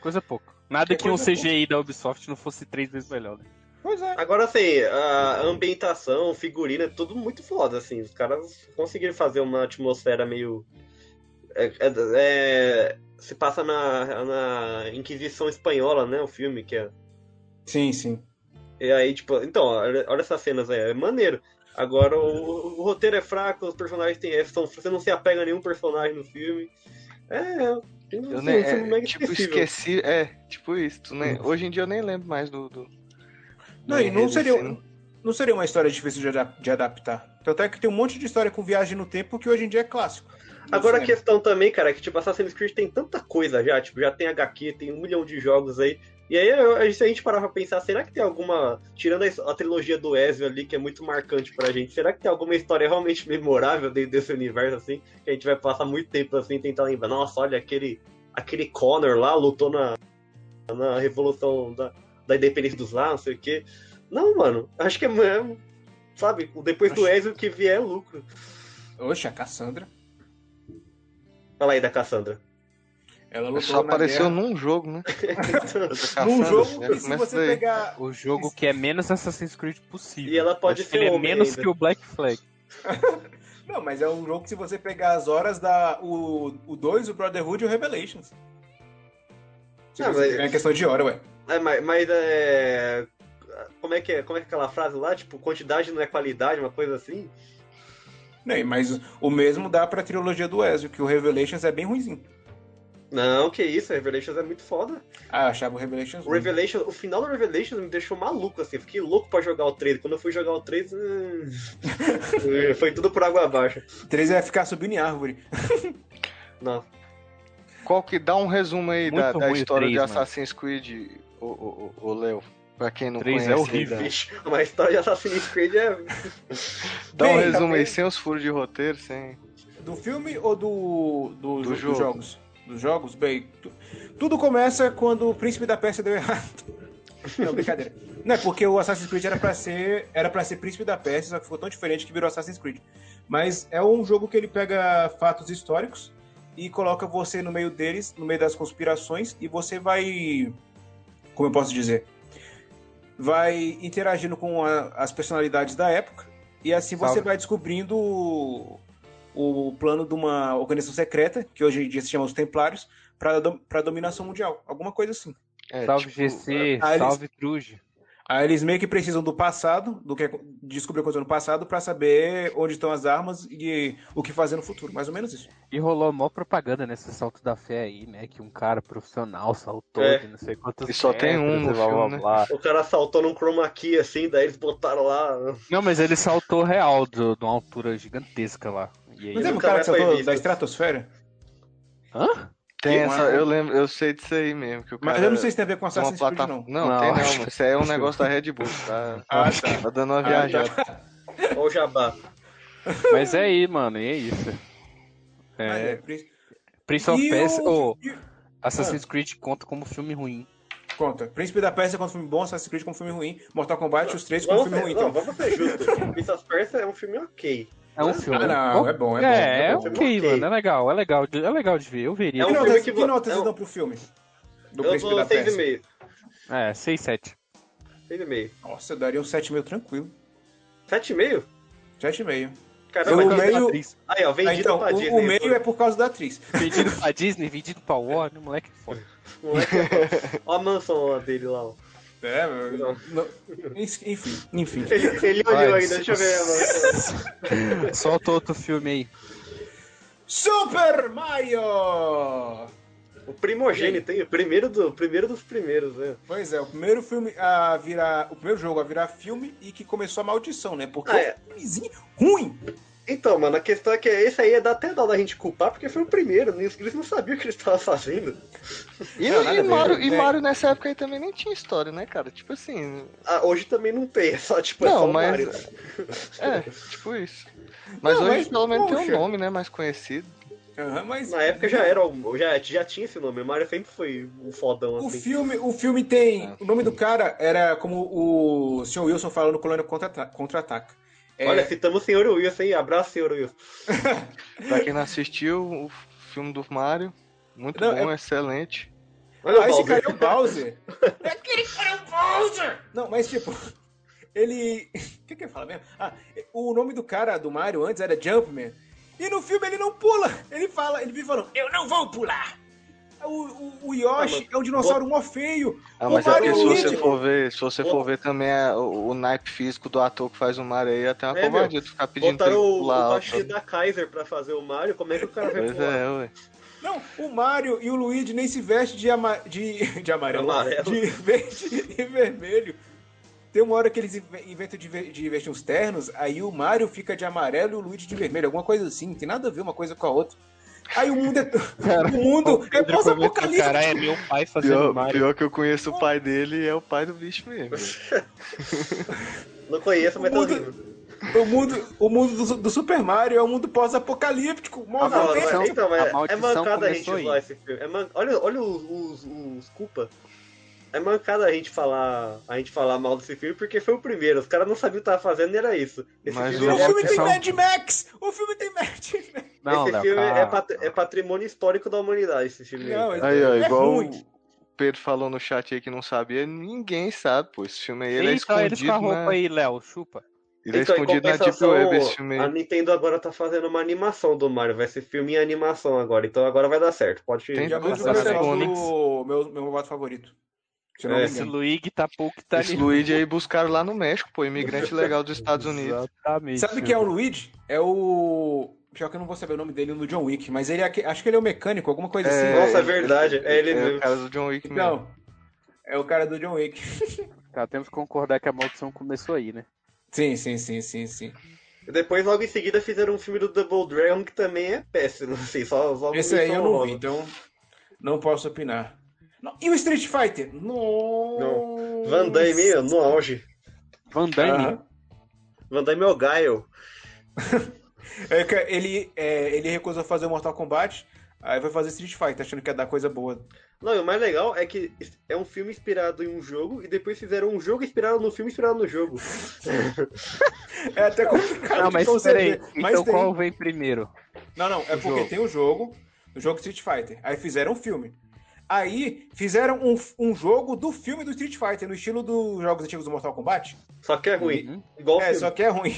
Coisa pouca. Nada
É
que um
coisa
CGI da Ubisoft não fosse três vezes melhor. né?
Pois é.
Agora, assim, a ambientação, figurina, tudo muito foda, assim. Os caras conseguiram fazer uma atmosfera meio. É, é- é- se passa na, na Inquisição Espanhola, né? O filme que é.
Sim, sim.
E aí, tipo, então, olha olha essas cenas aí, é maneiro. Agora, o, o roteiro é fraco, os personagens têm. São, você não se apega a nenhum personagem no filme. É, é.
Eu
Assim,
nem,
um filme
é,
mega
tipo,
esquecível.
esqueci. É, tipo isso. tu nem- hoje em dia eu nem lembro mais do. do
Não,
do
e não
enredo
seria, um-
em si, né?
não seria uma história difícil de, adap- de adaptar. Tanto é que tem um monte de história com viagem no tempo que hoje em dia é clássico. No
Agora a
cinema.
questão também, cara, é que tipo, Assassin's Creed tem tanta coisa já, tipo, já tem HQ, tem um milhão de jogos aí. E aí, eu- a gente- se a gente parar pra pensar, será que tem alguma. Tirando a, a trilogia do Ezio ali, que é muito marcante pra gente, será que tem alguma história realmente memorável dentro desse universo, assim? Que a gente vai passar muito tempo assim tentar lembrar, nossa, olha, aquele, aquele Connor lá lutou na, na Revolução da, da Independência dos Lá, não sei o quê. Não, mano, acho que é. é- Sabe, depois do Ezio o que vier é lucro.
Oxe, a Cassandra.
Olha lá aí da Cassandra.
Ela lutou
Só
na
apareceu
um guerra.
num jogo, né?
num
Cassandra,
jogo
né?
que se
Começa
você
daí.
pegar.
O jogo que é menos Assassin's Creed possível.
E ela pode
Acho
ser
que ele é
homem
menos
ainda.
que o Black Flag.
Não, mas é um jogo que se você pegar as horas da. O 2, o, dois, o Brotherhood e o Revelations. Se
Ah,
você
mas-
pegar em questão de hora, ué.
É, mas, mas é. Como é que é? Como é que é aquela frase lá? Tipo, quantidade não é qualidade, uma coisa assim?
Não, e- mas o mesmo dá pra trilogia do Ezio, que o Revelations é bem ruimzinho.
Não, que isso, Revelations é muito foda.
Ah, eu achava o Revelations
O
ruim.
Revelations, o final do Revelations me deixou maluco, assim, eu fiquei louco pra jogar o 3. Quando eu fui jogar o 3, hum, [LAUGHS] foi tudo por água abaixo.
3 é ficar subindo em árvore.
Nossa.
Qual que dá um resumo aí da,
Muito
da
ruim o
história de
três, mano.
Assassin's Creed, o, o, o, Léo? Pra quem não
Três
conhece.
é
Tá.
horrível.
ainda.
Vixe, uma história de Assassin's Creed é.
Dá um
Bem,
resumo
também.
aí, sem os furos de roteiro, sem.
Do filme ou do, do,
Do
dos
jogo.
jogos? Dos jogos? Bem, tu- tudo começa quando o príncipe da Pérsia deu [LAUGHS] errado. Não, brincadeira. Não é porque o Assassin's Creed era pra ser, era para ser príncipe da Pérsia, só que ficou tão diferente que virou Assassin's Creed. Mas é um jogo que ele pega fatos históricos e coloca você no meio deles, no meio das conspirações e você vai como eu posso dizer, vai interagindo com a- as personalidades da época e assim você
Salve.
vai descobrindo o, o plano de uma organização secreta, que hoje em dia se chama os Templários, para para dominação mundial, alguma coisa assim.
É,
salve
tipo,
GC,
ah, eles-
salve Truge.
Aí eles meio que precisam do passado, do que descobrir coisa no passado para saber onde estão as armas e o que fazer no futuro, mais ou menos isso.
E rolou mó propaganda nesse salto da fé aí, né? Que um cara profissional saltou
É.
de não sei quantos
E só tem um
metros
no
e blá, blá,
filme, né?
blá.
O cara saltou num chroma key assim, daí eles botaram lá.
Não, mas ele saltou real, do- de uma altura gigantesca lá. E aí,
Não teve um
nunca
cara
mais
que
foi
saltou
visto.
da estratosfera?
Hã?
Tem
Uma-
essa, eu lembro, eu sei disso aí mesmo. Que o cara
Mas eu não sei se tem a ver com
de uma
Assassin's Creed,
plataforma-
não.
Não,
Não,
tem
acho-
não, mas isso aí é um negócio da Red Bull, tá?
Ah, tá.
Tá dando uma
tá.
viajada.
Ó, o jabá.
Mas é aí, mano, e é isso.
Mas
É,
é, por isso-
Prince of
E
Persia,
o-
ou Assassin's Creed conta como filme ruim.
Conta. Príncipe da Pérsia como filme bom, Assassin's Creed como filme ruim, Mortal Kombat, os três como
Vamos
filme ruim.
ser,
Então.
não, vamos ser justos. Prince of Persia é um filme ok.
É um filme.
Ah, não, é bom, é bom.
É, é
bom.
um
ok,
filme ok.
mano, é legal, é legal, de, é legal de ver, eu veria.
É
Que
um
notas,
filme que
que
vo-
notas
é
vocês
um-
dão pro filme? Do
eu
Príncipe
dou um
da Pérsia.
6,5.
É, 6, 7.
6,5.
Nossa, eu daria um 7,5 tranquilo.
7,5?
7,5.
Caramba,
Eu
então-
É um meio-
Aí, ó,
Ah,
vendido
então,
pra
o-
Disney.
o meio é por causa da atriz.
Vendido pra Disney, vendido pra Warner, moleque é foda.
Moleque, [LAUGHS] ó a mansão lá dele lá, ó.
É, não. enfim, enfim.
Ele, ele
Vai,
olhou ainda, deixa eu ver a
[LAUGHS]
mansão.
Solta outro filme aí.
Super Mario!
O primogênito, hein? O primeiro, do, o primeiro dos primeiros, né?
Pois é, o primeiro filme a virar. O primeiro jogo a virar filme e que começou a maldição, né? Porque
Ah,
é
é.
um filmezinho ruim.
Então, mano, a questão é que esse aí é dar até dó da gente culpar, porque foi o primeiro, né? eles não sabiam o que eles estavam fazendo.
E,
Não,
e
nada a ver.
Mario, e
É.
Mario nessa época aí também nem tinha história, né, cara? Tipo assim.
Ah, hoje também não tem, [LAUGHS] é só tipo, é
Não,
só o
mas-
Mario.
É, tipo isso. Mas
Não,
hoje
mas,
pelo menos tem
poxa.
um nome, né, mais conhecido.
Aham, mas
Na época já era, o- já, já tinha esse nome, o Mario sempre foi um fodão
o
assim.
filme, o filme tem.
Ah,
O nome do cara era como o Sr. Wilson falou no Colônia Contra- Contra-Ataca. É,
Olha, citamos o senhor Wilson, hein? Abraço, senhor Wilson.
Pra quem não assistiu, o filme do Mario. Muito
Não,
bom, excelente.
Olha
ah,
o
esse cara
Bowser.
é o Bowser. Aquele cara [LAUGHS] é o Bowser! Não, mas tipo, [LAUGHS] ele. [LAUGHS] O que que ele fala mesmo? Ah, o nome do cara do Mario antes era Jumpman. E no filme ele não pula. Ele fala, ele vive falando, eu não vou pular! O, o- o Yoshi é um dinossauro mó feio.
Ah,
O
mas é
Mario
porque se
Luigi-
você for ver, se você for ver também a- o, o naipe físico do ator que faz o Mario aí, é até uma
É,
covardia tu ficar pedindo pra ele
Botaram o, o
pular alto.
baixinho da Kaiser pra fazer o Mario, como é que o cara vai
Pois
pular?
é, ué.
Não, o Mario e o Luigi nem se vestem de, ama... de... [LAUGHS] de amarelo,
Amarelo.
de [LAUGHS] verde e vermelho. Tem uma hora que eles inve- inventam de, ve- de vestir uns ternos, aí o Mario fica de amarelo e o Luigi de vermelho, alguma coisa assim, não tem nada a ver uma coisa com a outra. Aí o mundo é,
[LAUGHS]
o mundo é pós-apocalíptico.
Caralho, é meu pai fazendo
Pior,
Mario.
pior que eu conheço o pai dele é o pai do bicho mesmo.
Não conheço, mas tá
Muda-
horrível.
O mundo, o mundo do, do Super Mario é um mundo pós-apocalíptico, mó
Ah, não,
violento.
mas- então, mas
a maldição
é mancada a gente
começou aí.
usar esse filme. É man- Olha, olha os, os, os culpa. É mancada a gente falar a gente falar mal desse filme, porque foi o primeiro. Os caras não sabiam o que tava fazendo e era isso. Esse
Mas
filme,
O
é,
filme tem
São-
Mad Max! O filme tem Mad Max!
Não,
esse
Léo,
filme
calma.
é, pat- é patrimônio histórico da humanidade, esse filme. aí. Então,
Não,
Aí, ó,
é
igual
ruim.
o Pedro falou no chat aí que não sabia, ninguém sabe, pô. Esse filme aí ele é
Eita, ele né?
escondido
com a roupa
na...
aí, Léo, chupa.
Ele é
Então, em
escondido na Deep
compensação,
Web, esse filme
A
aí.
Nintendo agora tá fazendo uma animação do Mario. Vai ser filme em animação agora. Então agora vai dar certo. Pode
Tem
Já
duas
muito legal
versões.
do meu, meu voto favorito. Se eu não
É,
me
Esse
engano.
Luigi tá pouco tá
Esse Luigi aí buscaram lá no México, pô, imigrante legal dos Estados Unidos.
Exatamente.
Sabe quem é o Luigi? É o. Pior que eu não vou saber o nome dele no John Wick, mas ele é aque- acho que ele é o mecânico, alguma coisa assim.
Nossa, é verdade. É ele
É
mesmo.
o cara do John Wick mesmo.
Não. É o cara do John Wick. [LAUGHS]
Tá, temos que concordar que a maldição começou aí, né?
Sim, sim, sim, sim, sim.
Depois, logo em seguida, fizeram um filme do Double Dragon que também é péssimo. [LAUGHS] Assim, só, só
Esse aí eu
menção
não vi,
honrosa.
então não posso opinar. Não, E o Street Fighter? Não.
Van Damme meu, no auge.
Van Damme.
Aham.
Van Damme é o Gaio.
É que Ele, é, ele recusou fazer o Mortal Kombat, aí foi fazer Street Fighter, achando que ia dar coisa boa.
Não, e o mais legal é que é um filme inspirado em um jogo e depois fizeram um jogo inspirado no filme inspirado no jogo.
É até complicado
[LAUGHS] Não,
de
mas peraí.
conceber, mas
Então
tem.
qual vem primeiro?
Não, não, é porque
jogo.
tem o jogo, o jogo Street Fighter. Aí fizeram um filme. Aí fizeram um, um jogo do filme do Street Fighter, no estilo dos jogos antigos do Mortal Kombat.
Só que é ruim.
Uhum.
Igual o
É,
filme.
só que é ruim.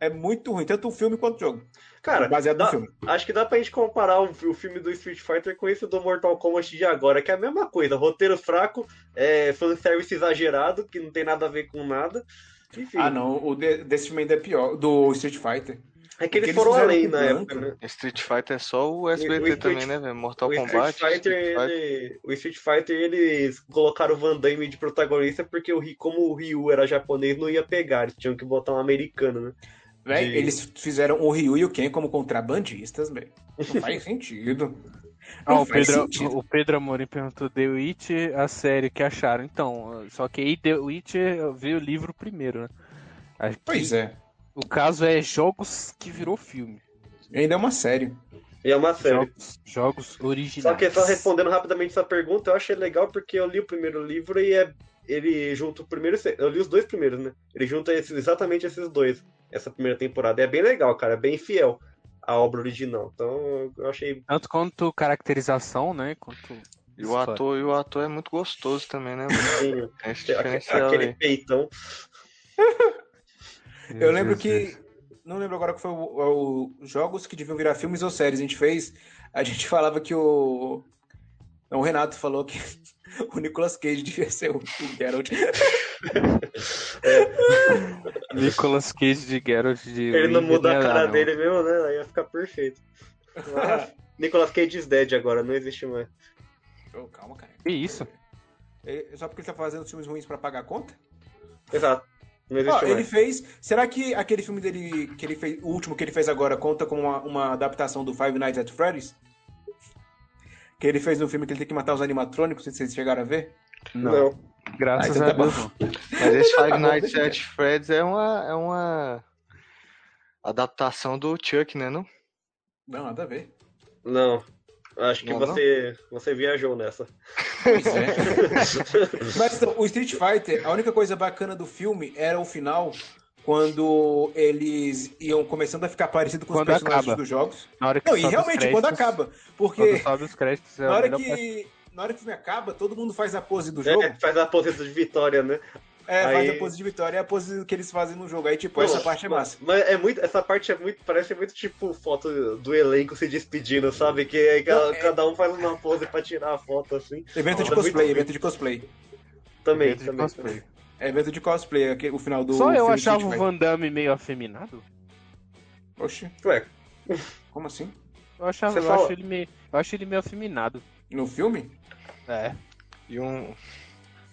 É muito ruim, tanto o filme quanto o jogo.
Cara,
baseado no
dá-
filme.
acho que dá pra gente comparar o, o filme do Street Fighter com esse do Mortal Kombat de agora, que é a mesma coisa. Roteiro fraco, é, fanservice exagerado, que não tem nada a ver com nada. Enfim,
Ah, não, o de- desse filme ainda é pior, do Street Fighter.
é que eles
Aqueles
foram
fizeram
além
com
na
Blanca,
época, né?
Street Fighter é só o
O- o
SBT
Street-
também, né, velho? Mortal
O Street,
Kombat.
Fighter,
Street Fighter.
ele- o Street Fighter, eles colocaram o Van Damme de protagonista porque o, Ri- como o Ryu era japonês, não ia pegar, eles tinham que botar um americano, né?
Véi,
De-
Eles fizeram o Ryu e o Ken como contrabandistas, velho. Não [LAUGHS] faz sentido.
Ah, o,
faz
Pedro,
sentido.
o Pedro Amorim perguntou The Witch, a série que acharam. Então, só que aí The Witch veio o livro primeiro, né? Aqui,
Pois é.
O caso é jogos que virou filme.
Ainda é uma série.
E é uma série.
Jogos, jogos originais.
Só que
é
só respondendo rapidamente essa pergunta, eu achei legal porque eu li o primeiro livro e é, ele junta o primeiro. e o se- Eu li os dois primeiros, né? Ele junta esses- exatamente esses dois, essa primeira temporada. E é bem legal, cara, é bem fiel à obra original. Então eu achei.
Tanto quanto caracterização, né? Quanto.
E o ator, e o ator é muito gostoso também, né? velho?
bem-
Tem
[LAUGHS]
esse
aque-
né? diferencial
aquele
aí.
peitão.
Eu lembro que não lembro agora que foi o, o- jogos que deviam virar filmes ou séries. A gente fez, a gente [LAUGHS] falava que o. Não, o Renato falou que [LAUGHS] o Nicolas Cage devia ser o, o Geralt.
[LAUGHS]
[LAUGHS]
Nicolas Cage de Geralt de.
Ele não muda a cara
não.
dele mesmo, né? Aí ia ficar perfeito.
[LAUGHS]
Ah.
Mas, Nicolas Cage is dead agora, não existe mais.
Ô, calma, cara.
Que isso?
Ele- só porque ele tá fazendo filmes ruins pra pagar a conta?
Exato. Não
Ó,
existe
Ah, ele
mais.
fez. Será que aquele filme dele que ele fez, o último que ele fez agora conta com uma, uma adaptação do Five Nights at Freddy's? Que ele fez no filme que ele tem que matar os animatrônicos, não sei se vocês chegaram a ver.
Não.
Graças
Ah, então
a
tá bom.
Deus. não.
Mas esse
[LAUGHS]
Five Nights at Freddy's é uma, é uma adaptação do Chuck, né? Não?
Não, nada a ver.
Não. Acho que
Não, não?
você, você viajou nessa.
Pois é. [LAUGHS]
é.
Mas então, o Street Fighter, a única coisa bacana do filme era o final, quando eles iam começando a ficar parecido com
Quando
os personagens
acaba.
dos jogos.
Na hora que
Não, e
sobe os
realmente, quando
créditos-
acaba.
Quando
Porque
sobe os créditos, é
na
o
hora,
melhor
que, na hora que o filme acaba, todo mundo faz a pose do jogo.
É, faz a pose de vitória, né?
É, faz
Aí-
a pose de vitória, é a pose que eles fazem no jogo. Aí, tipo, essa
Pô,
parte é massa.
Mas é muito, essa parte é muito, parece muito tipo foto do elenco se despedindo, sabe? Que aí ca-
Não, é-
cada um faz uma pose pra tirar a foto assim.
Evento de
Muito
cosplay,
bem.
evento de cosplay.
Também,
de
também.
cosplay.
também.
É evento de cosplay, aqui- o final do.
Só eu
filme
achava um o
Street
Van Damme meio afeminado.
Fighter. Oxe,
Ué,
como assim?
Eu achava,
Você
eu
fala-
acho ele meio, eu acho ele meio afeminado.
No filme?
É.
E um.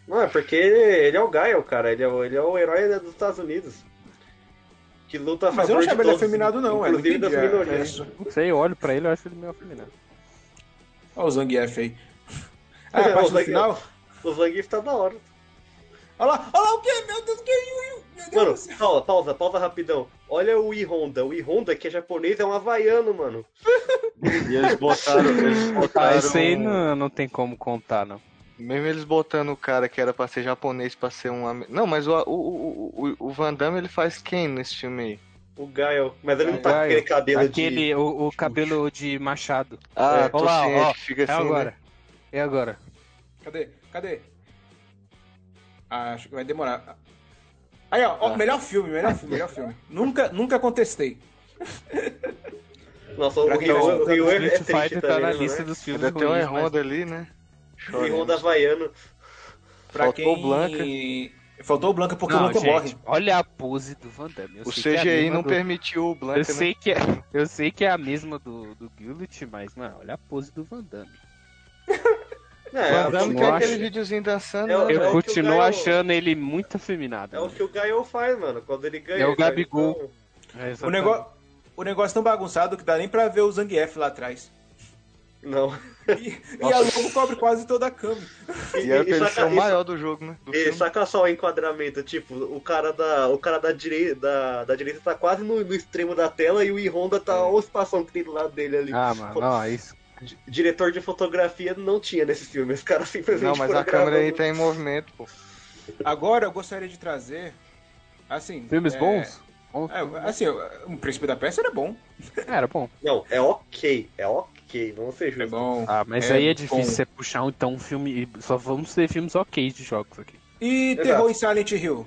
não, é porque ele é o Gaio, cara. Ele é, o- ele é o herói né, dos Estados Unidos. Que luta a
Mas eu
favor
não
de
achava ele
todos,
afeminado, não. é, não
Inclusive das
entendi, é, é
minorias.
isso.
Não sei, eu olho pra ele e acho ele meio afeminado.
Olha o Zangief aí. Ah, a parte do
Zangief.
final?
O Zangief tá da hora.
Olha lá, olha lá o que? Meu Deus, que Yu, Yu, meu
Mano,
Deus.
pausa, pausa, pausa rapidão. Olha o i Honda. O i Honda, que é japonês, é um havaiano, mano.
E eles botaram. Eles
Ah,
botaram
isso aí não, não tem como contar, não.
Mesmo eles botando o cara que era pra ser japonês pra ser um. ame- Não, mas o, o, o, o- o Van Damme ele faz quem nesse filme aí?
O Gaio. Mas ele não tá com
Gaio.
aquele cabelo
Aquele,
de...
o, o cabelo de machado.
Ah,
É,
tô
olá,
ciente
ó,
que fica assim.
é agora.
Né?
É agora.
Cadê? Cadê? Ah, acho que vai demorar. Aí, ó, ó, melhor filme, melhor filme, melhor filme. nunca, nunca contestei.
Nossa, o
Pra quem
Ryu
tá
o
escutando,
Ryu é
Street
triste
Fighter tá
também,
na
né,
lista
né?
dos filmes
Ainda tem um
ruins, mas-
Honda ali, né?
O i
Chorando.
Honda havaiano.
Pra
Faltou
quem...
o Blanca.
Faltou o Blanca porque o
Não,
Blanca
gente,
morre.
olha a pose do Van Damme. Eu
O
sei que é a
CGI
mesma
não né?
do-
permitiu o Blanca,
Eu sei, que é, eu sei que é a mesma do, do Gullit, mas, mano, olha a pose do Van Damme.
É,
né? O Van
assim,
Damme que é
eu
aquele
acho-
videozinho dançando.
É o-
né,
Eu
que
velho?
o
continuo
Gael-
achando ele muito afeminado.
É o
mano.
que o Gaio faz, mano. Quando ele ganha.
É o
ele faz,
Gabigol.
então,
É,
O
exatamente.
negócio... O negócio é tão bagunçado que dá nem pra ver o Zangief lá atrás. [LAUGHS]
Não.
E, e a logo cobre quase toda a cama.
E era a
saca,
versão
e-
maior do jogo, né? Do
e
filme.
saca só o enquadramento, tipo, o cara da, o cara da, direi, da, da direita tá quase no, no extremo da tela e o i Honda tá o espação que tem do lado dele ali.
É. Ah, mano, não, é isso.
D- Diretor de fotografia não tinha nesse filme, esse cara simplesmente
Não, mas
foram
a câmera aí
gravando.
tá em movimento, pô.
Agora eu gostaria de trazer. Assim.
Filmes
é,
bons? Bom,
é, assim, o Príncipe da Peça era bom.
Era bom.
Não, é ok, é ok, vamos ser justos.
bom.
Ah, mas
É,
aí
bom.
é difícil você puxar então um filme. e Só vamos ter filmes ok de jogos aqui.
E
Exato.
Terror em Silent Hill.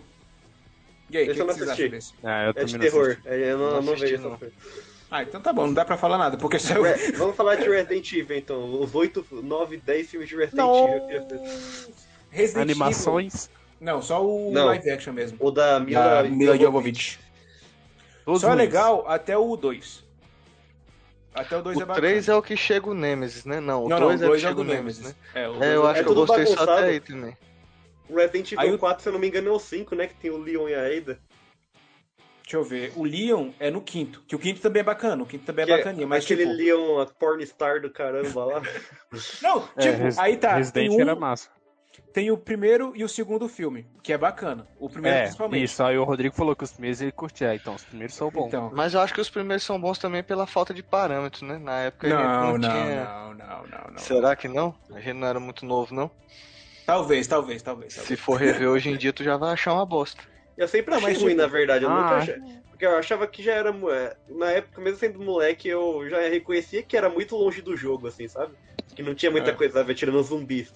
E aí, o que,
Esse eu
que
não
vocês
assisti.
acham desse?
Ah, eu
É
assim.
também
de
não
terror,
assisti.
é, eu não,
Não
não
assisti,
vejo essa
não.
coisa.
Ah, então tá bom, não dá pra falar nada, porque só.
Re- Vamos falar de Resident Evil então, os 8, 9, 10 filmes de Resident Evil. que eu fiz.
Resident Evil.
Animações,
Não, só o
Não.
live action mesmo.
O da
Da
Mila,
Mila Jovovich.
todos
Só é
ruins.
legal até o 2. Até o 2 é
O
bacana.
3 é o que chega o Nemesis, né? Não, o
não, não, o
2 é o que
2 é o
chega
do
o Nemesis,
Nemesis.
né?
É, o
É,
dois
eu
é
acho que eu
tudo
gostei só
bagunçado.
até aí também.
O Resident Evil
Aí o-
4, se eu não me engano, é o 5, né? Que tem o Leon e a Ada.
Deixa eu ver. O Leon é no quinto. Que o quinto também é bacana. O quinto também é
Que é
bacaninha. Mas
Aquele
tipo...
Leon, a porn star do caramba lá.
Não, tipo,
É, Res-
aí tá.
Resident é
tem, um,
era massa.
tem o primeiro e o segundo filme, que é bacana. O primeiro
É,
principalmente.
isso. Aí o Rodrigo falou que os primeiros ele curtia. Então, os primeiros são bons.
Então.
Mas eu acho que os primeiros são bons também pela falta de parâmetro, né? Na época a
Não, não,
gente não, tinha.
não, não, não, não.
Será que não? A gente não era muito novo, não.
Talvez, talvez, talvez.
Se
talvez.
for rever hoje em dia, tu já vai achar uma bosta.
Eu sempre achei
mas,
ruim,
tipo,
na verdade. Eu nunca
ah.
achei. Porque eu achava que já era. mo- é, Na época, mesmo sendo moleque, eu já reconhecia que era muito longe do jogo, assim, sabe? Que não tinha muita
É.
coisa a ver tirando os zumbis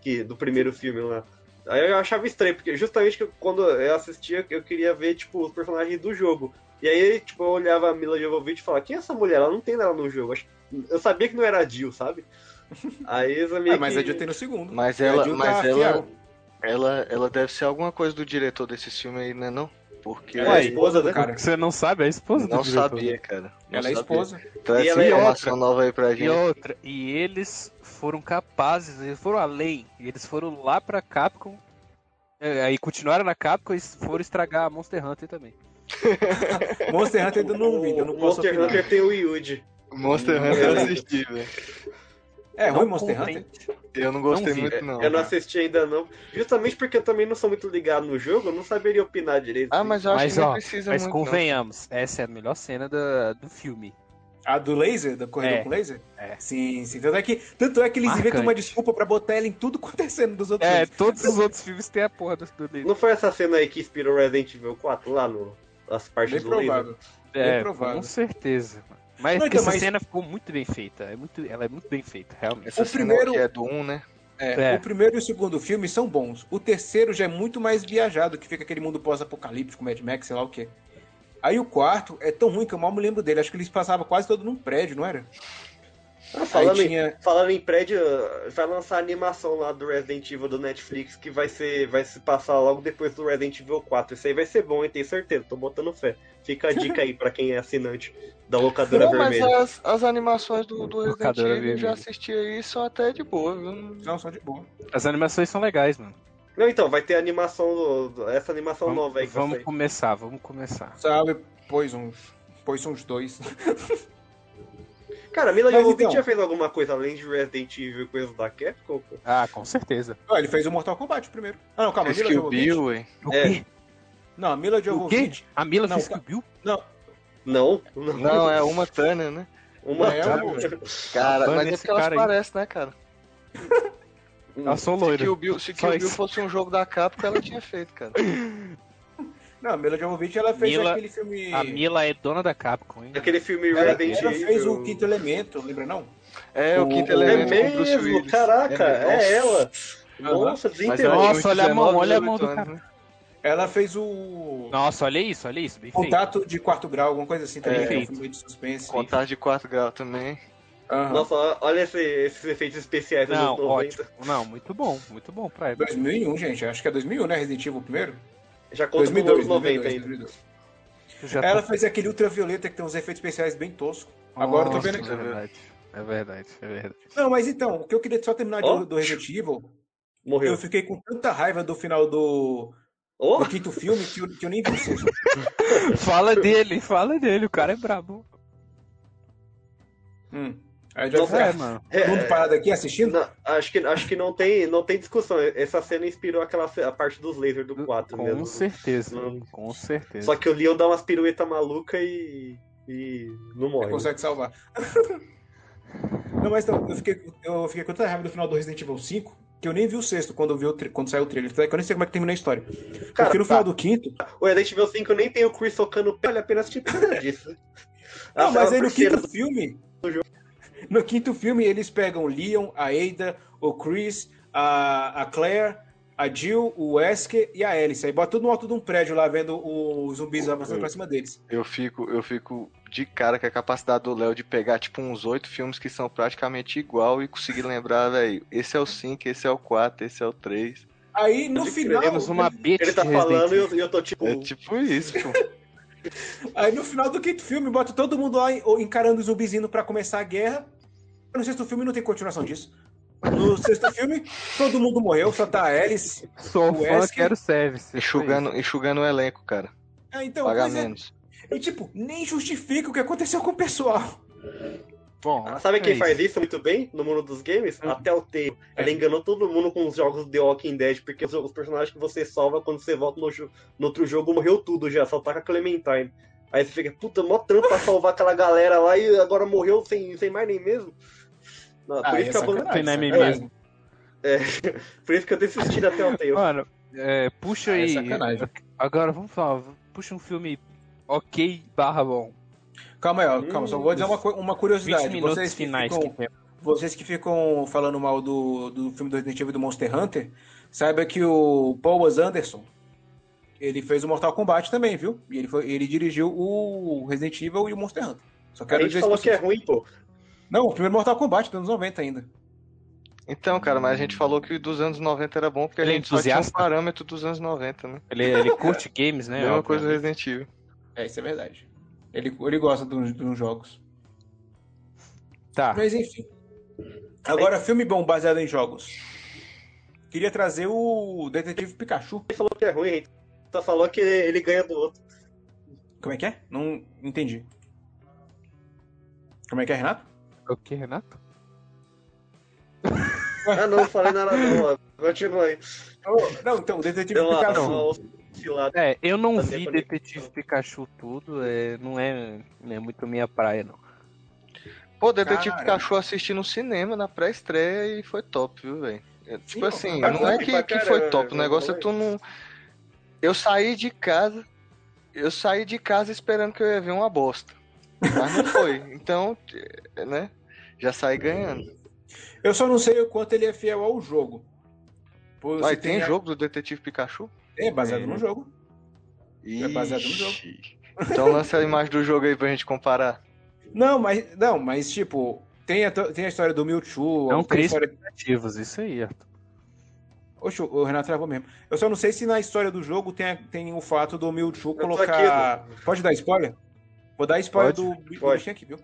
que, do primeiro filme lá. Aí eu achava estranho, porque justamente que eu- quando eu assistia, eu queria ver, tipo, os personagens do jogo. E aí, tipo, eu olhava a Mila Jovovich e falava, quem é essa mulher? Ela não tem nela no jogo. Acho- Eu sabia que não era a Jill, sabe? Aí os amigos.
Ah, mas a Jill tem no segundo.
Mas
a
ela,
Jill tá
mas ela,
fiel.
ela, ela deve ser alguma coisa do diretor desse filme aí, né? Não? Porque
Ela é a esposa, né?
Cara,
Você não sabe, é a esposa do
não
diretor.
sabia, cara. Não
ela é
sabia.
esposa.
Traz
E
essa
ela é
informação nova aí pra
E
gente.
outra, e eles foram capazes, eles foram além, e eles foram lá pra Capcom, é, aí continuaram na Capcom e foram estragar a Monster Hunter também.
Monster Hunter ainda não vi, um eu não
O
posso
Monster
opinar.
Hunter tem o Yuji.
Monster Hunter eu assisti, velho.
É ruim
Não
Monster Hunter?
contente.
Eu não gostei
Não vi.
muito, não.
eu não assisti ainda não. Justamente porque eu também não sou muito ligado no jogo, eu não saberia opinar direito.
Ah, mas eu acho
Mas,
que não
ó,
precisa
Mas
muito. não.
convenhamos, essa é a melhor cena da- do filme.
A do laser, da corredor
É.
com laser?
É.
Sim, sim. Tanto é que, tanto é que eles
Marcante.
inventam uma desculpa pra botar ela em tudo acontecendo dos outros
É,
filmes.
todos os outros filmes têm a porra do, do
Não foi essa cena aí que inspirou Resident Evil 4 lá no. As partes
Bem
do laser?
provável.
É,
Bem provável.
com certeza. Mas
Não,
porque
então,
essa
mas-
cena ficou muito bem feita. É muito, ela é muito bem feita, realmente.
Essa
O
cena
primeiro-
aqui é do 1, né?
É,
É.
O primeiro e o segundo filme são bons. O terceiro já é muito mais viajado, que fica aquele mundo pós-apocalíptico, Mad Max, sei lá o quê. Aí o quarto é tão ruim que eu mal me lembro dele. Acho que eles passavam quase todo num prédio, não era?
Ah, falando,
Aí tinha-
em, falando em prédio, vai lançar a animação lá do Resident Evil do Netflix que vai ser vai se passar logo depois do Resident Evil 4. Isso aí vai ser bom, hein? Tenho certeza, tô botando fé. Fica a dica aí pra quem é assinante da locadora
Não, mas é-
vermelha.
as, as animações do, do Resident
Locadora
Evil eu já
vermelha.
assisti aí são até de boa, viu?
Não, só de boa.
As animações são legais, mano.
Não, então, vai ter a animação do- do- essa animação nova aí que vai
vamos
sair.
começar, vamos começar.
Sabe, Poison. Poison os dois. [LAUGHS]
Cara, Mila
Mas
Jovovich
então-
já fez alguma coisa além de Resident Evil e coisa da Capcom? pô?
Ah, com certeza.
Ah, ele fez o Mortal Kombat primeiro. Ah, não, calma.
Fez
Mila
Kill
Jovovich.
Bill, ué.
O
É,
quê?
Não, Mila
O quê?
Jovovich.
A Mila
Não,
fez
tá-
Kill Bill?
Não, não.
Não, é uma Turner, né?
Uma
É,
Cara,
Turner,
mas é
esse
porque elas
cara aí.
parecem, né, cara?
hum.
Elas são
Se
loiras.
Kill Bill, se
Só
Kill Bill
isso.
fosse um jogo da Capcom, ela tinha feito, cara.
Não, Mila Jovovich, ela fez
Mila-
aquele filme...
A Mila é dona da Capcom, hein?
Aquele filme
Ela,
Resident
ela
Evil.
fez o Quinto Elemento, lembra não?
É, o,
O-
quinto
o-
É
elemento com o Bruce
mesmo,
Willis.
caraca,
mesmo.
é, ela.
Aham.
Nossa,
Mas ela é
desenterrou.
tinha
Nossa,
uns
olha a mão,
19,
olha a mão do
18 anos, né?
Ela fez o...
Nossa, olha isso, olha isso. Bem feito.
Contato de Quarto Grau, alguma coisa assim também.
É.
que É, um filme de suspense.
Contagem de 4 graus também.
Aham.
Nossa, olha esse- esses efeitos especiais dos
Não,
anos 90.
ótimo. Não, muito bom, muito bom
É
pra ela.
2001, gente. Acho que é 2001, né? Resident Evil primeiro?
Já conta com os
2002,
anos
2002,
90 ainda.
2002.
Eu já tá tô-
Ela fez aquele ultravioleta que tem uns efeitos especiais bem toscos. Agora eu tô vendo
Nossa,
aqui.
É verdade, é verdade, é verdade.
Não, mas então, o que eu queria só terminar de-
Ó.
do Resident Evil, eu
Morreu.
fiquei com tanta raiva do final do,
Oh,
do quinto filme que eu, que eu nem vi o sexto.
[LAUGHS] Fala dele, fala dele, o cara é brabo.
Hum. Aí já
Nossa,
ficar
mano.
é,
todo mundo parado aqui assistindo.
na- acho que, acho que não, tem, não tem discussão. Essa cena inspirou aquela ce- a parte dos lasers do 4
com
mesmo.
certeza,
Não.
com certeza.
Só que o Leon dá umas piruetas malucas e. e não morre.
consegue salvar. [LAUGHS] Não, mas então, eu fiquei, eu fiquei com tanta raiva do final do Resident Evil 5 que eu nem vi o sexto quando, eu vi o tra- quando saiu o trailer. Tanto é que Eu nem sei como é que terminou a história.
Cara,
Porque no
tá.
final do quinto.
O Resident Evil 5 nem tem o Chris socando o pé, olha apenas
[LAUGHS]
tipo disso.
Não,
Essa
mas
é
aí
uma
no
parceira
quinto filme. No quinto filme, eles pegam o Leon, a Ada, o Chris, a, a Claire, a Jill, o Wesker e a Alice. Aí bota tudo no alto de um prédio lá vendo os zumbis avançando pra cima deles.
Eu fico, eu fico de cara com a capacidade do Léo de pegar, tipo, uns oito filmes que são praticamente igual e conseguir lembrar, velho, esse é o 5, esse é o 4, esse é o 3.
Aí no
Pode
final.
Temos uma bitch
Ele tá
de Resident
falando e
Evil.
eu, e eu tô tipo.
É tipo isso,
[LAUGHS]
pô.
Aí no final do quinto filme, bota todo mundo lá en- encarando os zumbis indo pra começar a guerra. No sexto filme não tem continuação disso. No sexto [LAUGHS] filme, todo mundo morreu, só tá a Alice.
Sou
O
fã,
Wesker-
quero service.
Enxugando, enxugando o elenco, cara.
Ah, então,
Pagar
pois é.
menos.
E tipo, nem justifica o que aconteceu com o pessoal.
Bom,
Ah,
Ah,
Sabe quem
é
faz isso muito bem no mundo dos games?
Hum.
Até o Tail.
É.
Ela enganou todo mundo com os jogos The Walking Dead, porque os, os personagens que você salva quando você volta no, jo- no outro jogo morreu tudo já, só tá com a Clementine. Aí você fica, puta, mó trampo pra salvar aquela galera lá e agora morreu sem, sem mais nem mesmo. Não, por,
Ah,
isso
é
que eu, vou-
Sem nem
sacanagem,
mesmo.
por isso que eu desisti da
[LAUGHS]
Telltale.
Mano, é, puxa
Ah, é
aí.
sacanagem.
Agora vamos falar. Puxa um filme ok barra bom.
Calma aí, ó, calma, só vou dizer uma, co- uma
20
curiosidade.
minutos
Vocês que,
finais.
ficam,
que tem.
vocês que ficam falando mal do, do filme do Resident Evil e do Monster Hunter, saiba que o Paul Wes Anderson, Ele fez o Mortal Kombat também, viu? E ele, foi, ele dirigiu o Resident Evil e o Monster Hunter. Só
A
quero
gente
dizer
falou
isso
que
pra
é
vocês.
ruim, pô.
Não, o primeiro Mortal Kombat, dos anos 90 ainda.
Então, cara, mas a gente falou que dos anos 90 era bom porque a
Ele é
gente só tinha um
entusiasta?
parâmetro dos anos 90, né?
Ele, ele [LAUGHS] curte games, né?
Mesma
óbvio.
coisa do Resident Evil.
É, isso é verdade. Ele, ele gosta de uns, de uns jogos.
Tá.
Mas enfim. Agora, filme bom baseado em jogos. Queria trazer o Detetive Pikachu.
Falou que é ruim, a gente só falou que ele ganha do outro.
Como é que é? Não entendi. Como é que é, Renato?
O que, Renato?
Ah, não, não falei nada não, ó. Continua aí.
Não, então, o Detetive
Deu uma,
Pikachu.
uma oscilada.
É, eu não
Fazer
vi
conexão.
Detetive Pikachu tudo, é, não, é, não é muito minha praia, não.
Pô, Detetive
Cara.
Pikachu assisti no cinema na pré-estreia e foi top, viu, velho? É, Tipo
Sim,
assim,
pra
não é
caramba,
que,
pra
que
caramba,
foi top, o
né?
negócio é tu não. Eu saí de casa, eu saí de casa esperando que eu ia ver uma bosta. Mas não foi. Então, é, né? Já saí ganhando.
Eu só não sei o quanto ele é fiel ao jogo. Pô,
Mas
se
tem jogo né? do Detetive Pikachu?
É baseado no jogo.
E
É baseado no jogo.
Então lança a imagem do jogo aí pra gente comparar.
Não, mas, não, mas tipo, tem a, to- tem a história do Mewtwo. tem a
Não cria
história
expectativas, isso aí, Arthur.
Oxe, o Renato travou mesmo. Eu só não sei se na história do jogo tem, a- tem o fato do Mewtwo
tô
colocar. Pode dar spoiler? Vou dar spoiler do, do
pode.
bichinho aqui, viu?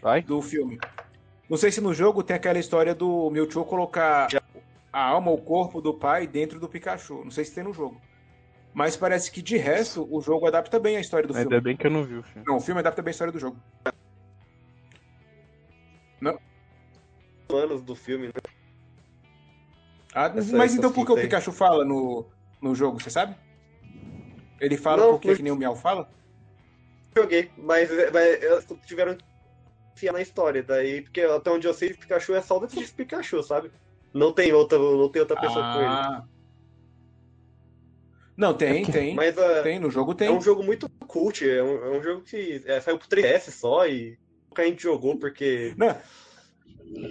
Vai.
Do filme. Não sei se no jogo tem aquela história do Mewtwo colocar a alma, o corpo do pai dentro do Pikachu. Não sei se tem no jogo. Mas parece que de resto o jogo adapta bem a história do
Ainda
filme.
é bem que eu não vi o filme.
Não, o filme adapta bem a história do jogo.
Anos do filme, né?
Ah,
Essa-
mas
essa
então por que o
fita aí.
Pikachu fala no, no jogo, você sabe? Ele fala
Não,
porque
foi-
que nem o Miau fala?
Joguei, mas, é, mas elas tiveram que enfiar na história, daí, porque até onde eu sei, Pikachu é só o detetive Pikachu, sabe? Não tem outra, não tem outra pessoa com ele.
Ah. Não, tem, tem.
Mas ah,
Tem, no jogo tem.
é um jogo muito cult, é um, é um jogo que é, saiu pro 3DS só e nunca a gente jogou porque
Né?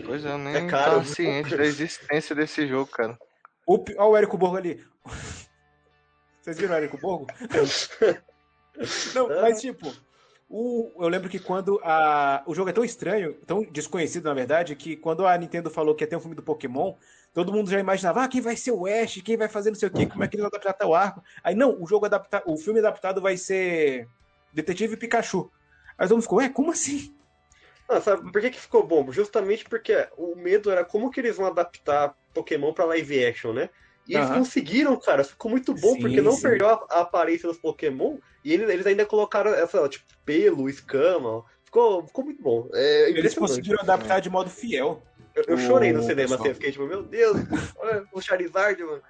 Pois é, eu nem
É caro,
tava
viu?
ciente da existência desse jogo, cara.
O pi- Olha o Érico Borgo ali. [LAUGHS] Vocês viram o Érico
[LAUGHS]
Borgo? Não,
É.
mas tipo, o... eu lembro que quando a... o jogo é tão estranho, tão desconhecido, na verdade, que quando a Nintendo falou que ia ter um filme do Pokémon, todo mundo já imaginava, ah, quem vai ser o Ash, quem vai fazer não sei o quê, como é que eles vão adaptar tal arco. Aí não, o jogo adaptado, o filme adaptado vai ser Detetive Pikachu. Aí todo mundo ficou, ué, como assim?
Ah, sabe, por que, que ficou bom? Justamente porque o medo era como que eles vão adaptar Pokémon pra live action, né? E eles
Aham.
conseguiram, cara. Ficou muito bom,
Sim,
porque não
sim.
perdeu a, a aparência dos Pokémon. E eles, eles ainda colocaram essa, tipo, pelo, escama. Ficou, ficou muito bom.
Eles
É impressionante. né?
conseguiram adaptar de modo fiel.
Eu, eu chorei no
o
cinema,
pessoal.
assim. Eu fiquei tipo, meu Deus, olha o Charizard, mano.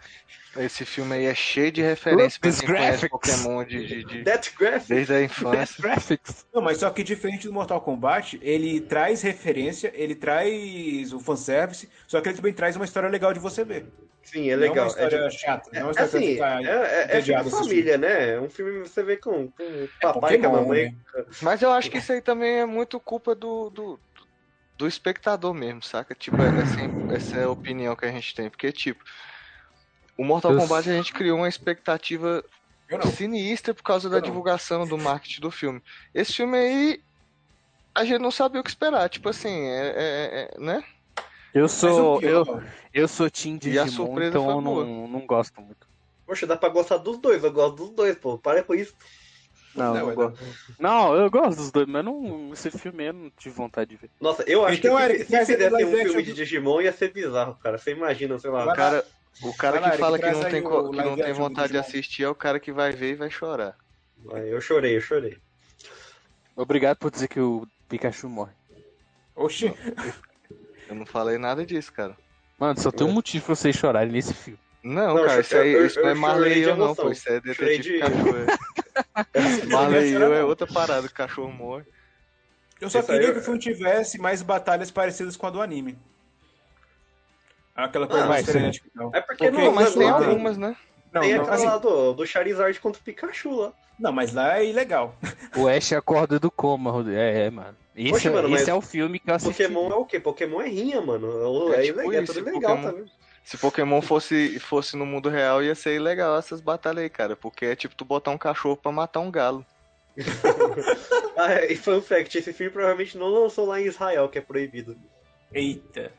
Esse filme aí é cheio de referência pra quem
Look, these
conhece
graphics.
Pokémon de- de- de,
Death Graph.
Desde a infância.
Graphics.
Não, mas só que diferente do Mortal Kombat, ele traz referência, ele traz o fanservice, só que ele também traz uma história legal de você ver.
Sim, é
Não é
legal.
uma
É
história chata, não é uma
É
história pra
assim,
ficar...
é, é, é filme
entediado
de
assistindo.
família, né? É um filme que você vê com, com papai,
É Pokémon,
com a mamãe.
né?
[LAUGHS] Mas eu acho que isso aí também é muito culpa do, do, do espectador mesmo, saca? Tipo, é- assim, essa é a opinião que a gente tem. Porque, tipo, o Mortal
Eu-
Kombat a gente criou uma expectativa
Eu não.
sinistra por causa da
Eu não.
divulgação do marketing do filme. Esse filme aí, a gente não sabia o que esperar. Tipo assim, é, é- é- né?
Eu
Mas o
sou, eu,
pior,
eu sou Team
E a
Digimon,
surpresa
então
foi
eu não,
boa.
não gosto muito.
Poxa, dá pra gostar dos dois, eu gosto dos dois, pô. Para com isso.
Não,
Não,
eu
é
gosto. Não, eu gosto dos dois, mas não, esse filme eu não tive vontade de ver.
Nossa, eu acho
Então,
que
Eric,
se, se
traz aí
fizesse
live
um
action
filme de
do-
Digimon ia ser bizarro, cara. Você imagina, sei lá.
Vai
O
lá.
cara, o cara
Vai lá,
que
Eric,
fala que
traz
não
aí
tem,
o
co- que não
live
tem
action do
vontade de
Digimon.
assistir é o cara que vai ver e vai chorar.
Ai, Eu chorei, eu chorei.
Obrigado por dizer que o Pikachu morre.
Oxi,
Eu não falei nada disso, cara.
Mano, só tem um motivo pra vocês chorarem nesse filme.
Não,
Não, eu-
cara, isso, aí,
eu-
isso não
eu
é Marley
chorei de
eu não,
emoção.
pô. Isso é
Chorei
detetive
de-
cachorro. é.
[LAUGHS]
Marley eu é outra parada, que cachorro morre.
eu só
Isso aí
queria
eu-
que o filme tivesse mais batalhas parecidas com a do anime. Aquela coisa
Ah,
mais
mas
diferente. Não,
É
Porque
porque não,
mas tem
lá,
algumas, né?
não,
tem
não,
aquela
assim,
lá do, do Charizard contra o Pikachu lá.
não, mas lá é ilegal.
O Ash acorda do coma, Rodrigo. É, é, mano. Esse,
Poxa, mano,
esse
mas
é o filme que eu assisti.
Pokémon é o quê? Pokémon é rinha, mano. É,
É
é
tipo
ilegal, é
isso,
tudo legal
Pokémon.
também.
Se Pokémon fosse, fosse no mundo real, ia ser legal essas batalhas aí, cara. Porque é tipo tu botar um cachorro pra matar um galo.
Ah, e fun fact, esse filme provavelmente não lançou lá em Israel, que é proibido.
Eita.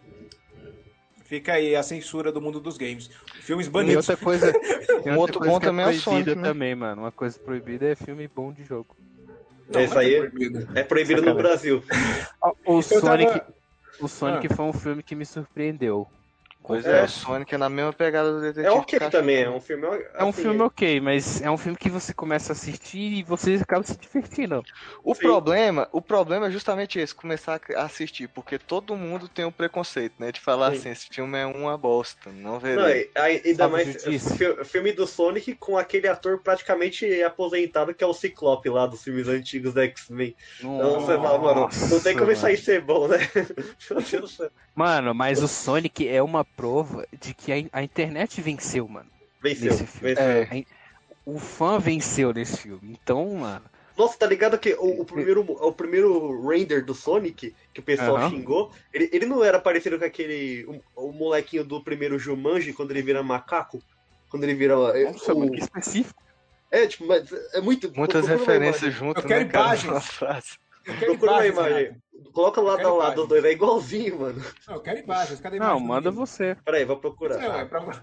Fica aí a censura do mundo dos games. Filmes
E
banidos.
outra [LAUGHS] coisa. e outra
outro
coisa
bom
que
também é o
proibida
Sonic, né?
também, mano. Uma coisa proibida é filme bom de jogo.
Não,
Esse
mas
aí-
é proibido.
É proibido no Brasil.
Ah, O
tava-
Sonic, o Sonic foi um filme que me surpreendeu.
Pois
É.
é, o Sonic é na mesma pegada do detetive.
É ok
Pikachu.
também, é um filme.
É um
assim,
filme ok, mas é um filme que você começa a assistir e você acaba se divertindo.
O
Sim.
problema, o problema é justamente esse, começar a assistir, porque todo mundo tem um preconceito, né? De falar
Sim.
assim, esse filme é uma bosta, não verei.
Não, e- aí- ainda
Sabe
mais
o que eu disse?
fi- filme do Sonic com aquele ator praticamente aposentado que é o Ciclope lá dos filmes antigos da X-Men. Então você fala, mano, não tem como isso aí ser bom, né? [LAUGHS] Meu Deus do céu.
Mano, mas o Sonic é uma prova de que a, in- a internet venceu, mano.
Venceu,
Nesse filme.
venceu.
É.
O fã venceu nesse filme. Então, mano.
Nossa, tá ligado que o, o primeiro, o primeiro render do Sonic, que o pessoal
Aham.
xingou, ele, ele não era parecido com aquele. O, o molequinho do primeiro Jumanji quando ele vira macaco? Quando ele vira. é,
Nossa,
o-
mano, que um específico.
é, tipo, mas é muito.
Muitas
procura uma
referências
imagem.
juntas,
Eu quero
né, cara, [LAUGHS]
imagens.
numa frase.
Eu quero
Procura uma
imagens,
imagem.
Renato.
Coloca
Eu
lá
quero
do lado
imagens.
dos dois, é igualzinho, mano.
Não, eu quero imagens. Cadê a
Não,
imagem do
manda
menino?
você.
Pera aí, vou
Não, é
procurar.
pra-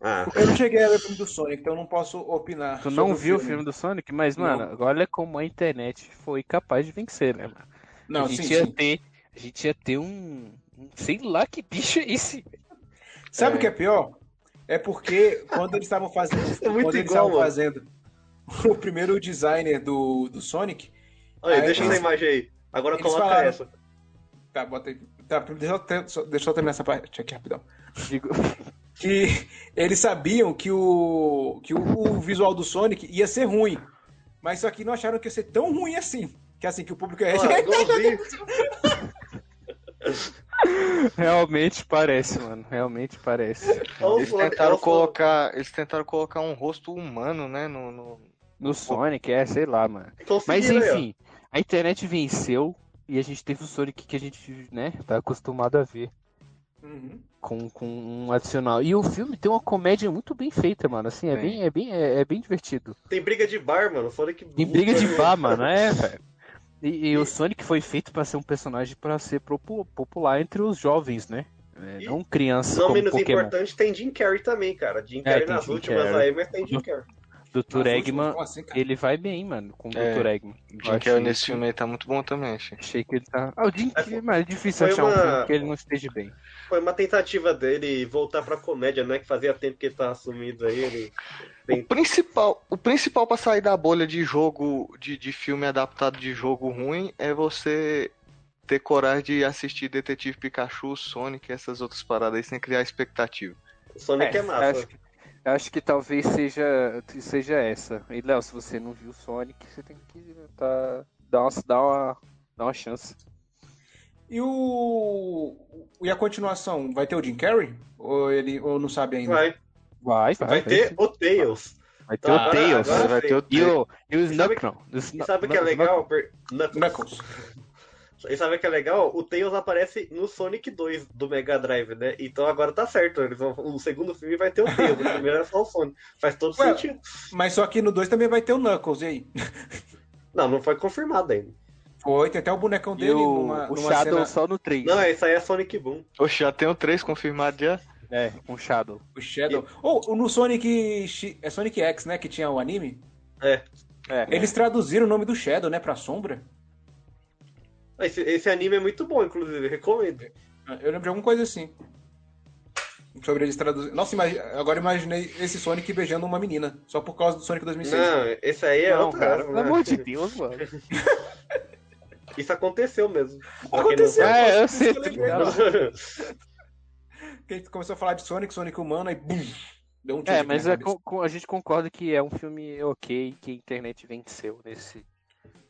Ah,
Eu não cheguei a ver o filme do Sonic, então eu não posso opinar.
Tu
sobre
não viu o filme do Sonic, mas,
Não.
mano, olha como a internet foi capaz de vencer, né, mano?
Não,
a gente
sim,
ia
sim.
ter. A gente ia ter um. um- Sei lá que bicho é esse.
Sabe
É.
o que é pior? É porque quando eles estavam fazendo.
[LAUGHS] é muito
quando eles
igual,
estavam
mano.
fazendo [LAUGHS] o primeiro designer do, do Sonic.
olha,
Aí,
deixa
mas-
essa imagem aí. Agora
Eles
coloca
falaram-
essa.
Tá, bota aí. Tá, deixa eu, ter- só- deixa eu terminar essa parte aqui rapidão.
Digo,
[LAUGHS] Que eles sabiam que o. que o, o visual do Sonic ia ser ruim. Mas só que não acharam que ia ser tão ruim assim. Que assim, que o público ia [LAUGHS]
Olha,
rejeitar.
igualzinho.
[LAUGHS] realmente parece, mano. Realmente parece.
Olha o
Eles
Sonic, olha
tentaram
o Sonic.
colocar, eles tentaram colocar um rosto humano, né, no, no-
No Sonic, é, sei lá, mano. Mas
Conseguiram aí, ó.
enfim, a internet venceu e a gente teve o Sonic que a gente, né, tá acostumado a ver.
Uhum.
Com, com um adicional. E o filme tem uma comédia muito bem feita, mano. Assim, é
Tem.
bem, é bem, é, é bem divertido.
Tem briga de bar, mano. Sonic.
E briga de
luta,
bar, mano, [LAUGHS] é, velho. E, e o Sonic foi feito pra ser um personagem pra ser propu- popular entre os jovens, né? É,
E
não criança
Não
como
menos
Pokémon. É,
importante, tem Jim Carrey também, cara. Jim Carrey
tem
nas
Jim
últimas
Carrey.
aí, mas tem Jim Carrey.
Dr.
Ah,
Nossa,
Eggman,
como assim, cara?
ele vai bem, mano, com o
É.
Dr. Eggman. Eu
Jim
achei
Carrey nesse
que-
filme aí tá muito bom também, achei.
Achei que ele tá. Ah, o Jim
É,
Carrey, mas é difícil
foi
achar um
uma-
filme que ele não esteja bem.
Foi uma tentativa dele voltar pra comédia, né? Que fazia tempo que ele tava sumido aí. Ele...
O principal, o principal pra sair da bolha de jogo, de, de filme adaptado de jogo ruim, é você ter coragem de assistir Detetive Pikachu, Sonic e essas outras paradas aí sem criar expectativa.
O Sonic é, massa.
Acho que, acho que talvez seja, seja essa. E Léo, se você não viu o Sonic, você tem que tá, dar, uma, dar, uma, dar uma chance.
E o. E a continuação? Vai ter o Jim Carrey? Ou ele ou não sabe ainda?
Vai,
Vai, vai.
vai ter o Tails.
Vai ter
Tá,
o Tails.
agora-
vai ter o
E o, e o
E sabe-
Snuckle.
E sabe o que é legal? Per- Knuckles.
Knuckles.
E sabe o que é legal? O Tails aparece no Sonic 2 do Mega Drive, né? Então agora tá certo. Eles vão... O segundo filme vai ter o Tails. O primeiro é só o Sonic. Faz todo
Ué.
sentido.
Mas só que no 2 também vai ter o Knuckles, e aí?
Não, não foi confirmado ainda.
Foi, tem até o bonecão
E
dele
o,
numa,
o
numa
Shadow
cena.
só no 3.
Não, isso aí é Sonic Boom.
Oxe, já tem o 3 confirmado já?
É, um Shadow.
O Shadow. Ou no Sonic. X- É Sonic X, né? Que tinha o anime.
É.
Eles traduziram o nome do Shadow, né? Pra sombra.
Esse, esse anime é muito bom, inclusive. Recomendo.
Ah, Eu lembro de alguma coisa assim. Sobre eles traduzirem. Nossa, imagi- agora imaginei esse Sonic beijando uma menina. Só por causa do Sonic 2006.
Não, esse aí é
não,
outro.
cara,
né?
pelo amor de Deus,
[LAUGHS]
mano.
Isso aconteceu mesmo.
Aconteceu.
É, eu sei.
Isso que eu lembrei.
tá
Porque a gente começou a falar de Sonic, Sonic humano, aí bum! Deu um tiro
É,
aqui
mas
na
é
cabeça.
co- co- a gente concorda que é um filme ok que a internet venceu nesse,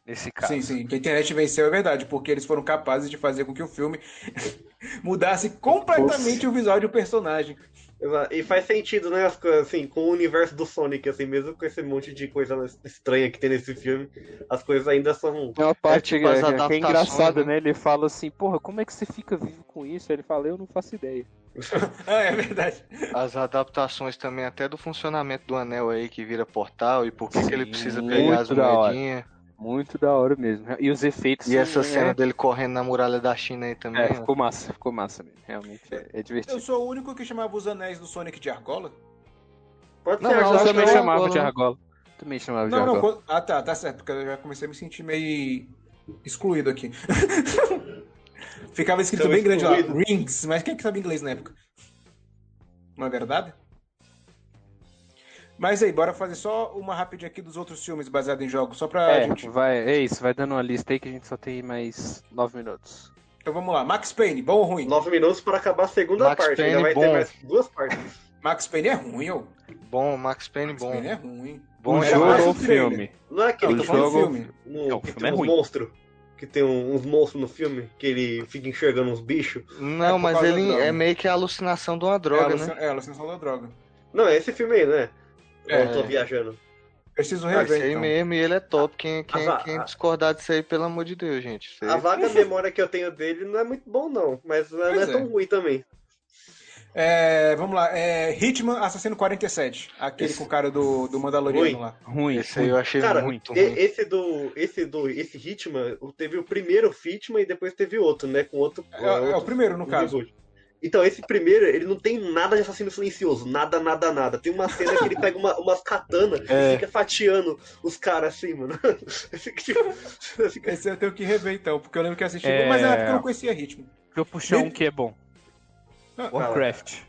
nesse caso.
Sim, sim. Que a internet venceu é verdade, porque eles foram [LAUGHS] capazes de fazer com que o filme mudasse completamente o visual de um personagem.
Exato. [LAUGHS] E faz sentido, né? As coisas, assim, com o universo do Sonic, assim, mesmo com esse monte de coisa estranha que tem nesse filme, as coisas ainda são.
Tem uma parte
tipo as
que, é- que é
adaptações,
engraçada,
né?
né? Ele fala assim, porra, como é que você fica vivo com isso? Ele fala, eu não faço ideia.
Ah, é verdade.
As adaptações também, até do funcionamento do anel aí que vira portal e por que, que ele
Sim,
precisa
muito
pegar as
da hora.
moedinhas.
Muito da hora mesmo. E os efeitos.
E essa
é-
cena dele correndo na muralha da China aí também. né?
É,
ó.
ficou massa, ficou massa mesmo. Realmente é, é
Eu
divertido.
sou o único que chamava os anéis do Sonic de argola?
Pode
Não,
ser,
mas
eu
Eu
acho
que
também
é uma
chamava
bola,
de
né?
argola. Também chamava de
Não, não.
argola.
quando- Ah, tá, tá certo, porque eu já comecei a me sentir meio excluído aqui. [LAUGHS] Ficava escrito
Tava
bem grande lá,
excluído.
rings, mas quem é que sabe inglês na época? Não é verdade? Mas aí, bora fazer só uma rápida aqui dos outros filmes baseados em jogos, só pra
É,
gente...
vai, é isso, vai dando uma lista aí que a gente só tem mais nove minutos.
Então vamos lá, Max Payne, bom ou ruim?
Nove minutos para acabar a segunda
Max
parte.
Payne,
ainda vai ter
bom.
mais duas partes.
Max Payne é ruim, ô.
Bom, Max Payne,
Max
bom.
Payne é ruim.
Bom
um
era
jogo
mais
ou
um trailer.
filme?
Não é aquele
Não,
que
tô
um
tem
falando
jogo-
filme.
um,
Não, o
que
filme
tem
é
uns
ruim.
monstros. Que tem um- uns monstros no filme, que ele fica enxergando uns bichos.
É
Não,
por
mas
causa da
ele
droga.
é meio que a alucinação de uma
é,
droga,
a
né?
alucina- é, a alucinação da droga.
Não, é esse filme aí, né?
É.
Eu tô viajando.
Preciso
Ah, isso
rever,
aí
então.
mesmo, e ele é top. Quem, quem,
va-
quem
a-
discordar disso aí, pelo amor de Deus, gente. Isso aí-
A vaga memória que eu tenho dele não é muito bom, não. Mas não é
Pois é.
tão ruim também.
É, vamos lá, é Hitman Assassino 47, aquele
Esse-
com o cara do, do Mandaloriano
Ruim.
lá.
Ruim.
Esse aí eu achei
Cara,
muito
e-
ruim.
esse do. Esse do. Esse Hitman, o- teve o primeiro Hitman e depois teve outro, né? Com outro.
É, é o primeiro, no caso.
reboot. Então, esse primeiro, ele não tem nada de assassino silencioso. Nada, nada, nada. Tem uma cena que ele pega uma, umas katanas e fica fatiando os caras assim, mano. [LAUGHS] Fica tipo- [LAUGHS] fica-
Esse eu tenho que rever, então, porque eu lembro que eu assisti,
É.
mas na época eu não conhecia Hitman.
Deixa eu puxar um que é bom.
Ah,
Warcraft.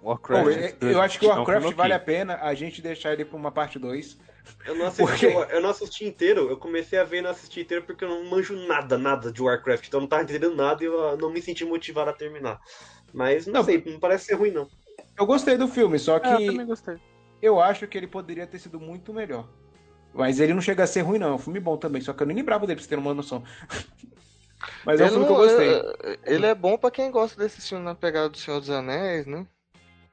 Warcraft.
Pô, eu, eu acho que o
É um filme
Warcraft
ok.
vale a pena a gente deixar ele pra uma parte 2.
Eu não,
Por
assisti,
quê?
eu, eu não assisti inteiro, eu comecei a ver e não assisti inteiro porque eu não manjo nada, nada de Warcraft, então eu não tava entendendo nada e eu ah, não me senti motivado a terminar. Mas não,
Não.
sei, não parece ser ruim não.
Eu gostei do filme, só que
Ah, eu também gostei.
eu acho que ele poderia ter sido muito melhor. Mas ele não chega a ser ruim, não. É um filme bom também, só que eu nem lembrava dele, pra você ter uma noção. [LAUGHS] Mas é um
Ele,
filme que eu
não-
gostei.
eh, ele é bom pra quem gosta desse filme na pegada do Senhor dos Anéis, né?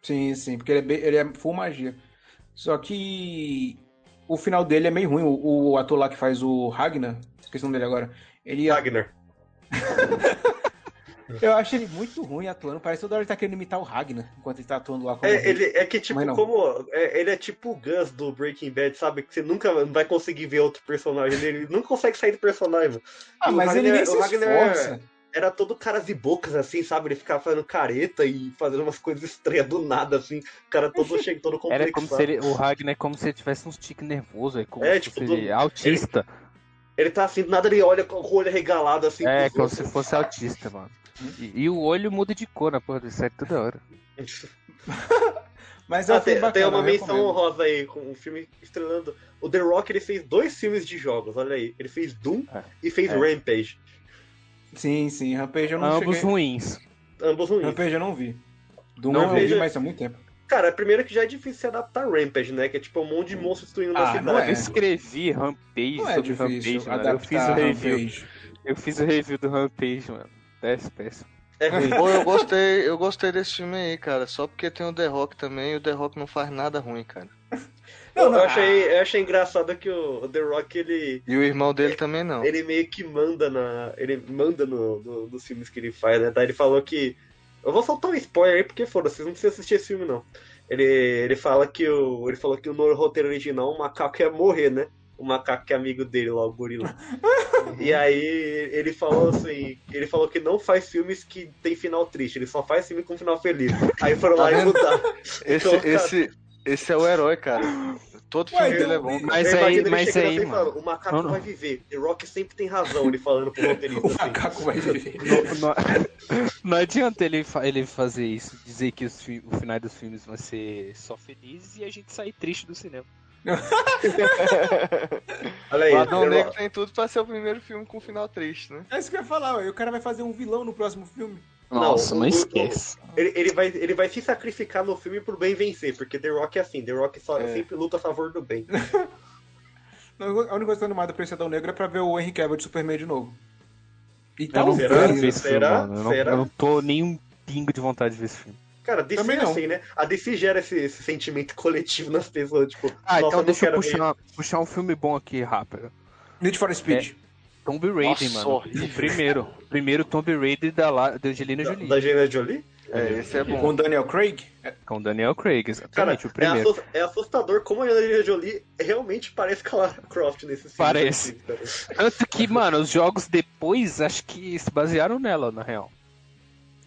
Sim, sim, porque ele é, bem- ele é full magia. Só que o final dele é meio ruim. O, o ator lá que faz o Ragnar, esqueci o nome dele agora. Ele,
Wagner.
eu acho ele é muito ruim atuando. Parece toda hora ele tá querendo imitar o Ragnar enquanto ele tá atuando lá. Como
É, ele, é que tipo,
Mas não.
como. é, ele é tipo o Gus do Breaking Bad, sabe? Que você nunca vai conseguir ver outro personagem dele, ele não consegue sair do personagem.
Ah,
o
mas ele
Ragnar-
nem
o
se
Ragnar-
esforça.
Era todo cara de bocas, assim, sabe? Ele ficava fazendo careta e fazendo umas coisas estranhas do nada, assim. O cara
[LAUGHS]
todo cheio, todo complexado.
Era como se ele, o Ragnar é como se ele tivesse uns tiques nervosos, é como
É,
se
tipo,
fosse
do-
autista.
Ele tá assim, do nada ele olha com o olho regalado assim.
É,
pros
como se fosse autista, mano.
Hum?
E, e o olho muda de cor na porra do série toda hora.
outros.
Mas é um
Ah,
filme
tem, tem
bacana,
uma
eu
menção
recomendo.
honrosa aí, com um filme estrelando. O The Rock ele fez dois filmes de jogos, olha aí. Ele fez Doom
É.
e fez
É.
Rampage.
Sim, sim. Rampage eu não
Ambos
cheguei...
ruins.
Ambos ruins.
Rampage eu não vi. Do
Não
não eu
veja.
vi, mas há muito tempo.
Cara, primeiro que já é difícil se adaptar a Rampage, né? Que é tipo um monte de monstro destruindo
Ah,
na cidade.
não
Eu
é.
escrevi Rampage
Não é
sobre
difícil
Rampage, mano. Eu fiz o
adaptar
review.
Rampage.
Eu fiz o review do Rampage, mano. Desce, péssimo.
É ruim.
Pô, eu gostei, eu gostei desse filme aí, cara. Só porque tem o The Rock também, e o The Rock não faz nada ruim, cara.
Não, não.
Eu, achei, eu achei engraçado que o o The Rock ele,
E o irmão dele também não.
ele meio que manda na. Ele manda no, no- nos filmes que ele faz, né? Daí ele falou que. Eu vou soltar um spoiler aí, porque foda, vocês não precisam assistir esse filme, não. Ele, ele fala que o. Ele falou que no roteiro original o macaco ia morrer, né? O macaco que é amigo dele lá, o
[LAUGHS]
gorila. e aí ele falou assim, ele falou que não faz filmes que tem final triste, ele só faz filme com final feliz. Aí foram
Tá
lá e mudaram.
Esse,
Então, cara,
esse, esse é o herói, cara. Todo
Ué,
filme dele é
então-
bom. cara.
eu
Mas aí-
imagino ele
mas
chegando
aí,
assim e
mano.
falando, o macaco
Não, não.
vai viver. The Rock sempre tem razão, ele falando
[LAUGHS]
pro
[LAUGHS]
roteirista.
O
assim.
macaco vai viver.
Não, [LAUGHS] não adianta ele, fa- ele fazer isso, dizer que os fi- o final dos filmes vai ser só felizes e a gente sair triste do cinema.
Olha aí,
O
The
Adão
né?
Rock.
Negro tem tudo pra ser o primeiro filme com final triste, né?
É isso que eu ia falar, ó, e o cara vai fazer um vilão no próximo filme.
Não,
Nossa,
o-
não
o-
esquece.
Ele, ele vai, ele vai se sacrificar no filme pro bem vencer, porque The Rock é assim, The Rock só,
É.
sempre luta a favor do bem.
Não, A única coisa que eu tô animado pra esse Adão Negro é pra ver o Henry Cavill de Superman de novo. tá um E
Eu não
será?
quero ver
talvez.
esse É um filme,
Então, Será?
mano. Eu não,
Será?
eu não tô nem um pingo de vontade de ver esse filme.
Cara, a DC
Também
é
não.
assim, né? A DC gera esse, esse sentimento coletivo nas pessoas, tipo,
Ah,
nossa,
então
não
deixa eu
quero ver
puxar, puxar um filme bom aqui, rápido.
Need for Speed.
Tomb Raider,
Nossa,
mano.
horrível.
O primeiro. Primeiro Tomb Raider da, La- da Angelina
da,
Jolie.
da Angelina Jolie.
É, esse é
Com
bom.
o Daniel Craig.
Com Daniel Craig,
Cara,
exatamente. o
é,
primeiro.
assus- é assustador como a Angelina Jolie realmente parece com a Lara Croft nesse filme.
Parece.
Cara.
Tanto que, mano, os jogos depois acho que se basearam nela, na real.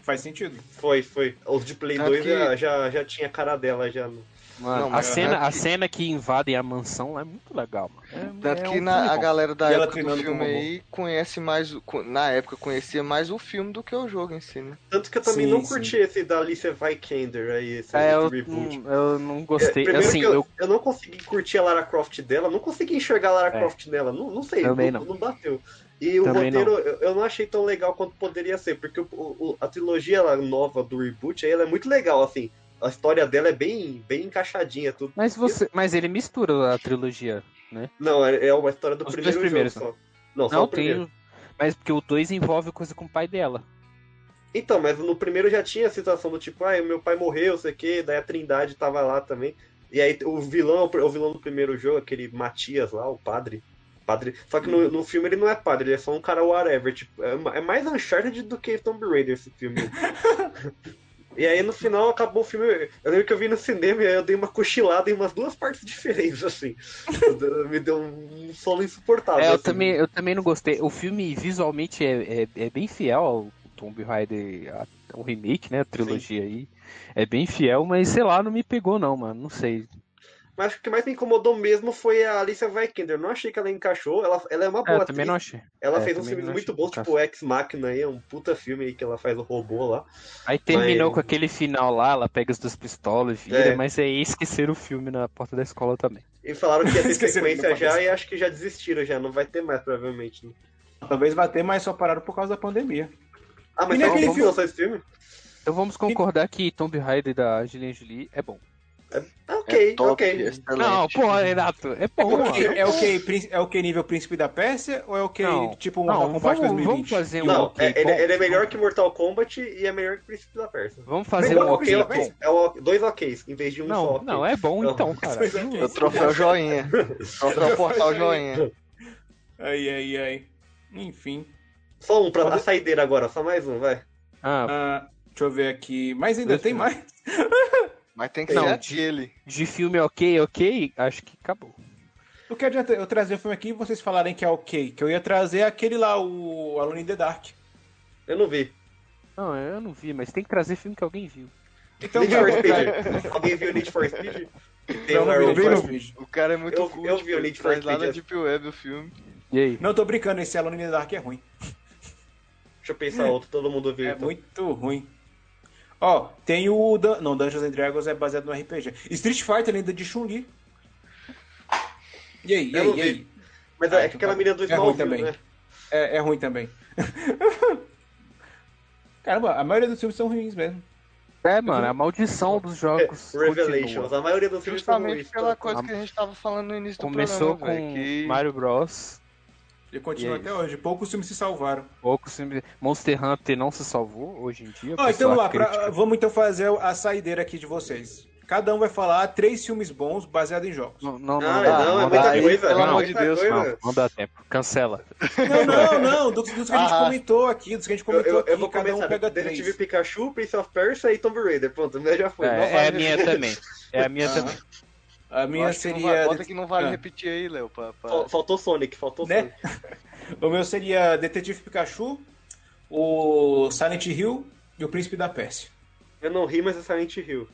Faz sentido.
Foi, foi. Os de Play
É
2
que-
já, já, já tinha a cara dela já. no-
Mano,
a, cena, a cena que invadem a mansão lá é muito legal, mano. É,
Tanto
é
que
um
na-
filme
a
bom.
galera da
E ela
época do
treinando com
filme
o robô.
aí conhece mais. o- co- Na época conhecia mais o filme do que o jogo em si, né?
Tanto que eu também
Sim,
não
sim.
curti esse da Alicia Vikander aí, esse,
É, eu,
esse reboot. É,
não- eu não gostei.
Primeiro
assim,
que eu,
eu,
eu não consegui curtir a Lara Croft dela, não consegui enxergar a Lara
É.
Croft nela, não, não sei,
Também
não,
não.
não bateu. E o
Também
roteiro eu- eu não achei tão legal quanto poderia ser, porque o- o- a trilogia lá nova do reboot aí, ela é muito legal, assim. A história dela é bem, bem encaixadinha, tudo.
Mas você. Mas ele mistura a trilogia.
Não, é, é uma história do
Os dois
primeiro
primeiros, né?
jogo só. Não, só
Não,
o primeiro.
tem. Mas porque o 2 envolve coisa com o pai dela.
Então, mas no primeiro já tinha a situação do tipo, ah, meu pai morreu, sei o quê, daí a Trindade tava lá também. E aí o vilão, o vilão do primeiro jogo, aquele Matias lá, o padre. Padre. Só que no, no filme ele não é padre, ele é só um cara whatever. Tipo, é, ma- é mais Uncharted do que Tomb Raider esse filme. e aí no final acabou o filme. Eu lembro que eu vi no cinema e aí eu dei uma cochilada em umas duas partes diferentes, assim. Me deu um sono insuportável.
É, eu
assim.
também, eu também não gostei. O filme visualmente é, é, é bem fiel ao Tomb Raider, a- o remake, né? A trilogia aí. É bem fiel, mas sei lá, não me pegou, não, mano. Não sei.
Mas o que mais me incomodou mesmo foi a Alicia Vikander. Eu não achei que ela encaixou. Ela, ela é uma
É,
boa
eu
atriz.
também não achei.
Ela
é,
fez uns
também
filmes
não
muito
achei
bons,
que
tipo Ex Machina aí, é um puta filme aí que ela faz o robô lá.
Aí terminou
Mas-
com aquele final lá, ela pega as duas pistolas, vira,
É.
mas aí esqueceram o filme na porta da escola também.
E falaram
[LAUGHS]
que ia ter
Esqueceram que
sequência
não
já
aparece.
e acho que já desistiram já, não vai ter mais, provavelmente. né?
Talvez vá ter, mas só pararam por causa da pandemia.
Ah, mas
E
então
naquele
vamos
filme?
lançar esse filme?
Então vamos concordar que Tomb Raider da Angelina Jolie é bom.
Ah, ok,
é top,
ok.
excelente.
Não, pô, Renato, é bom,
É o que-
mano.
é o que, prín- é o que nível Príncipe da Pérsia ou é o que
Não.
tipo Mortal
Não,
Kombat
vamos,
2020?
vamos fazer um
Não,
ok
é- ele,
bom.
ele é melhor que Mortal Kombat e é melhor que Príncipe da Persa.
Vamos fazer
Melhor
um
que
ok
Príncipe da
bom.
Persa.
É o- dois OKs, em vez de um só.
Não,
ok.
não, é bom
Não.
então, cara.
Pois é, que
O troféu joinha. O troféu portal joinha.
[LAUGHS] Ai, ai, ai. Enfim.
Só um pra a saideira agora, só mais um, vai.
Ah,
Ah, deixa eu ver aqui. Mas ainda
Deixa
tem
eu ver.
mais?
Mas tem que
Não.
ser a dele.
de filme ok, ok, acho que acabou.
O que adianta eu trazer o filme aqui e vocês falarem que é ok? Que eu ia trazer aquele lá, o Alone in the Dark.
Eu não vi.
Não, eu não vi, mas tem que trazer filme que alguém viu.
Então,
Need
tá,
for
eu vou trazer.
Speed. Alguém viu Need for Speed? Tem
Não,
o
não,
Harold
vi, não
Ford.
vi.
O cara é muito
Eu-
cool,
eu
tipo,
vi o
ele
Need for
traz lá
Speed,
na
é.
Deep Web o filme.
E aí?
Não, tô brincando, esse Alone in the Dark é ruim.
Deixa eu pensar outro, todo mundo viu.
É
então.
muito ruim. Ó, tem o. Dun- Não, Dungeons and Dragons é baseado no RPG. Street Fighter ainda de Chun-Li. E aí, e
Eu
aí,
não
e
vi.
aí?
Mas
Ah,
é aquela
então tá.
menina do
É ruim também.
Smallville, né?
É, é ruim também. [LAUGHS] Caramba, a maioria dos filmes são ruins mesmo.
É, mano, a maldição dos jogos.
É, Revelations.
continua.
A maioria dos filmes são
Justamente
ruins.
pela
tá?
coisa que a gente tava falando no início do
Começou
programa, velho,
com
que-
Mario Bros.
E continua
E é
até hoje. Poucos filmes se salvaram.
Poucos filmes. Monster Hunter não se salvou hoje em dia.
Ó, então
pessoal
vamos lá, pra-
critica.
vamos então fazer a saideira aqui de vocês. Cada um vai falar três filmes bons baseados em jogos.
Não, não, não,
Ah,
dá,
não, é
não
muita
dá.
coisa,
pelo
não,
amor de
muita
Deus,
coisa.
Não, não dá tempo. Cancela.
Não, não, não. Dos, dos que a gente
Ah.
comentou aqui, dos que a gente
Eu,
comentou
eu,
aqui,
eu vou
cada um
começar.
pega
Detetive
três.
Pikachu, Prince of Persia e Tomb Raider. Pronto, [LAUGHS] o meu já foi. Não
É, é
vale
a minha também. É a minha
Ah.
também.
A
Eu
minha
acho que não vai-
seria.
Bota que não vale
Ah.
repetir aí, Léo. pra- pra-
Fal- Faltou Sonic, faltou
Né?
Sonic.
O meu seria Detetive Pikachu, o Silent Hill e o Príncipe da Pérsia.
Eu não ri, mas é Silent Hill.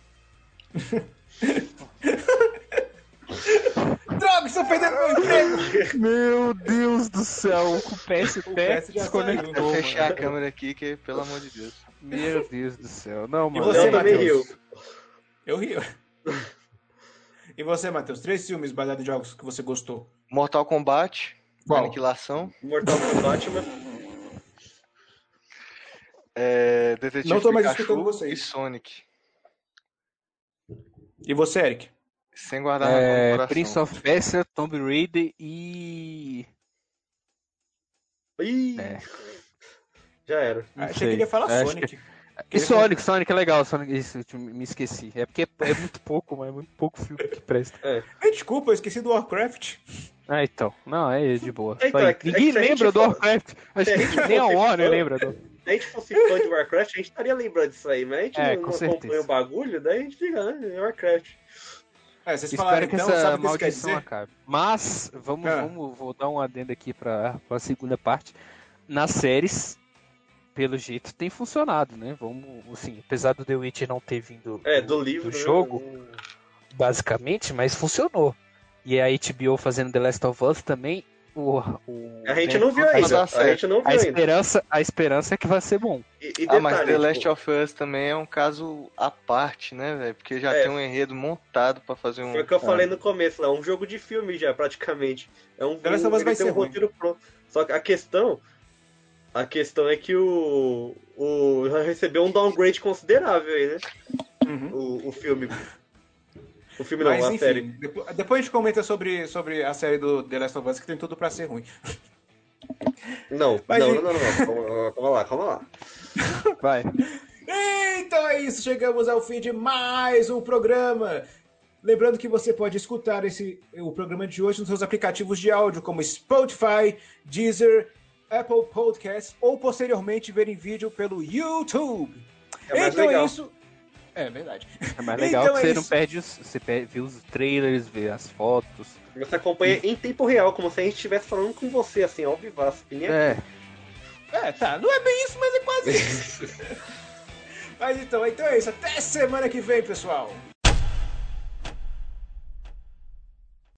Droga, estou perdendo meu emprego!
Meu Deus do céu. O PS até
PS já
desconectou.
Eu
saiu.
mano.
fechei a
né?
câmera aqui, que pelo amor de Deus.
Meu Deus do céu. Não, mano.
você,
eu também
Matheus?
rio.
Eu rio. E você, Matheus, três filmes baseados em jogos que você gostou?
Mortal Kombat,
Qual?
Aniquilação,
Mortal Kombat, mas
é, Detetive
Não tô mais
Pikachu
escutando vocês.
e Sonic.
E você, Eric?
Sem guardar a Tá mão no
É,
coração.
Prince of Persia, Tomb Raider e.
Ih,
É.
já era.
Não
Achei
sei.
Ah,
que ele ia Ah, falar
É, Acho
Sonic.
E Sonic, Sonic é legal, Sonic, isso, eu me esqueci. É porque é, é muito pouco, mas é muito pouco filme que presta.
Me desculpa, eu esqueci do Warcraft.
Ah, então. Não, é de boa.
É, então,
Vai.
é que- é que
Ninguém
se a gente
lembra do
for-
Warcraft. Acho
se a
que
gente
nem a
for-
Warner lembra do.
Se a gente fosse fã de Warcraft, a gente estaria lembrando disso aí, mas a gente
É,
não
com
acompanha
certeza.
o bagulho, daí a gente fica, né? É Warcraft.
É, vocês falaram
Espero que
então,
essa
sabe o que isso quer
maldição
dizer?
acabe. Mas, vamos,
Ah.
vamos, vou dar um adendo aqui pra, pra segunda parte. Nas séries, pelo jeito, tem funcionado, né? Vamos, assim, apesar do The Witcher não ter vindo
É, do livro. né?
jogo, basicamente, mas funcionou. E a HBO fazendo The Last of Us também, o... o-
A gente
né,
não viu
Mas
ainda.
dá
A
certo.
gente não viu
A
ainda.
esperança, a esperança é que vai ser bom.
E, e
Ah, mas
detalhe,
The
tipo,
Last of Us também é um caso à parte, né, velho? Porque já
É.
tem um enredo montado pra fazer um.
Foi o que eu falei no começo lá, é um jogo de filme já, praticamente. É um,
The Last of Us
ele
vai
tem
ser
um roteiro pronto. Só que a questão. A questão é que o. o já recebeu um downgrade considerável aí, né?
Uhum.
O, o filme. O filme não,
Mas
a
enfim,
série.
depo- depois a gente comenta sobre, sobre a série do The Last of Us, que tem tudo pra ser ruim.
Não,
Mas
não,
e-
não, não, não, calma- Calma lá, calma lá.
Vai.
Então é isso, chegamos ao fim de mais um programa. Lembrando que você pode escutar esse, o programa de hoje nos seus aplicativos de áudio, como Spotify, Deezer, Apple Podcasts, ou posteriormente ver em vídeo pelo YouTube.
É mais
então
legal.
é isso. É verdade.
É mais legal
Então
que
é
você
isso.
não perde os. Você pe- vê os trailers, vê as fotos.
Você acompanha em tempo real, como se a gente estivesse falando com você, assim, ao vivaço. que nem-
É,
É, tá. Não é bem isso, [LAUGHS] mas é quase isso. mas então, então é isso. Até semana que vem, pessoal.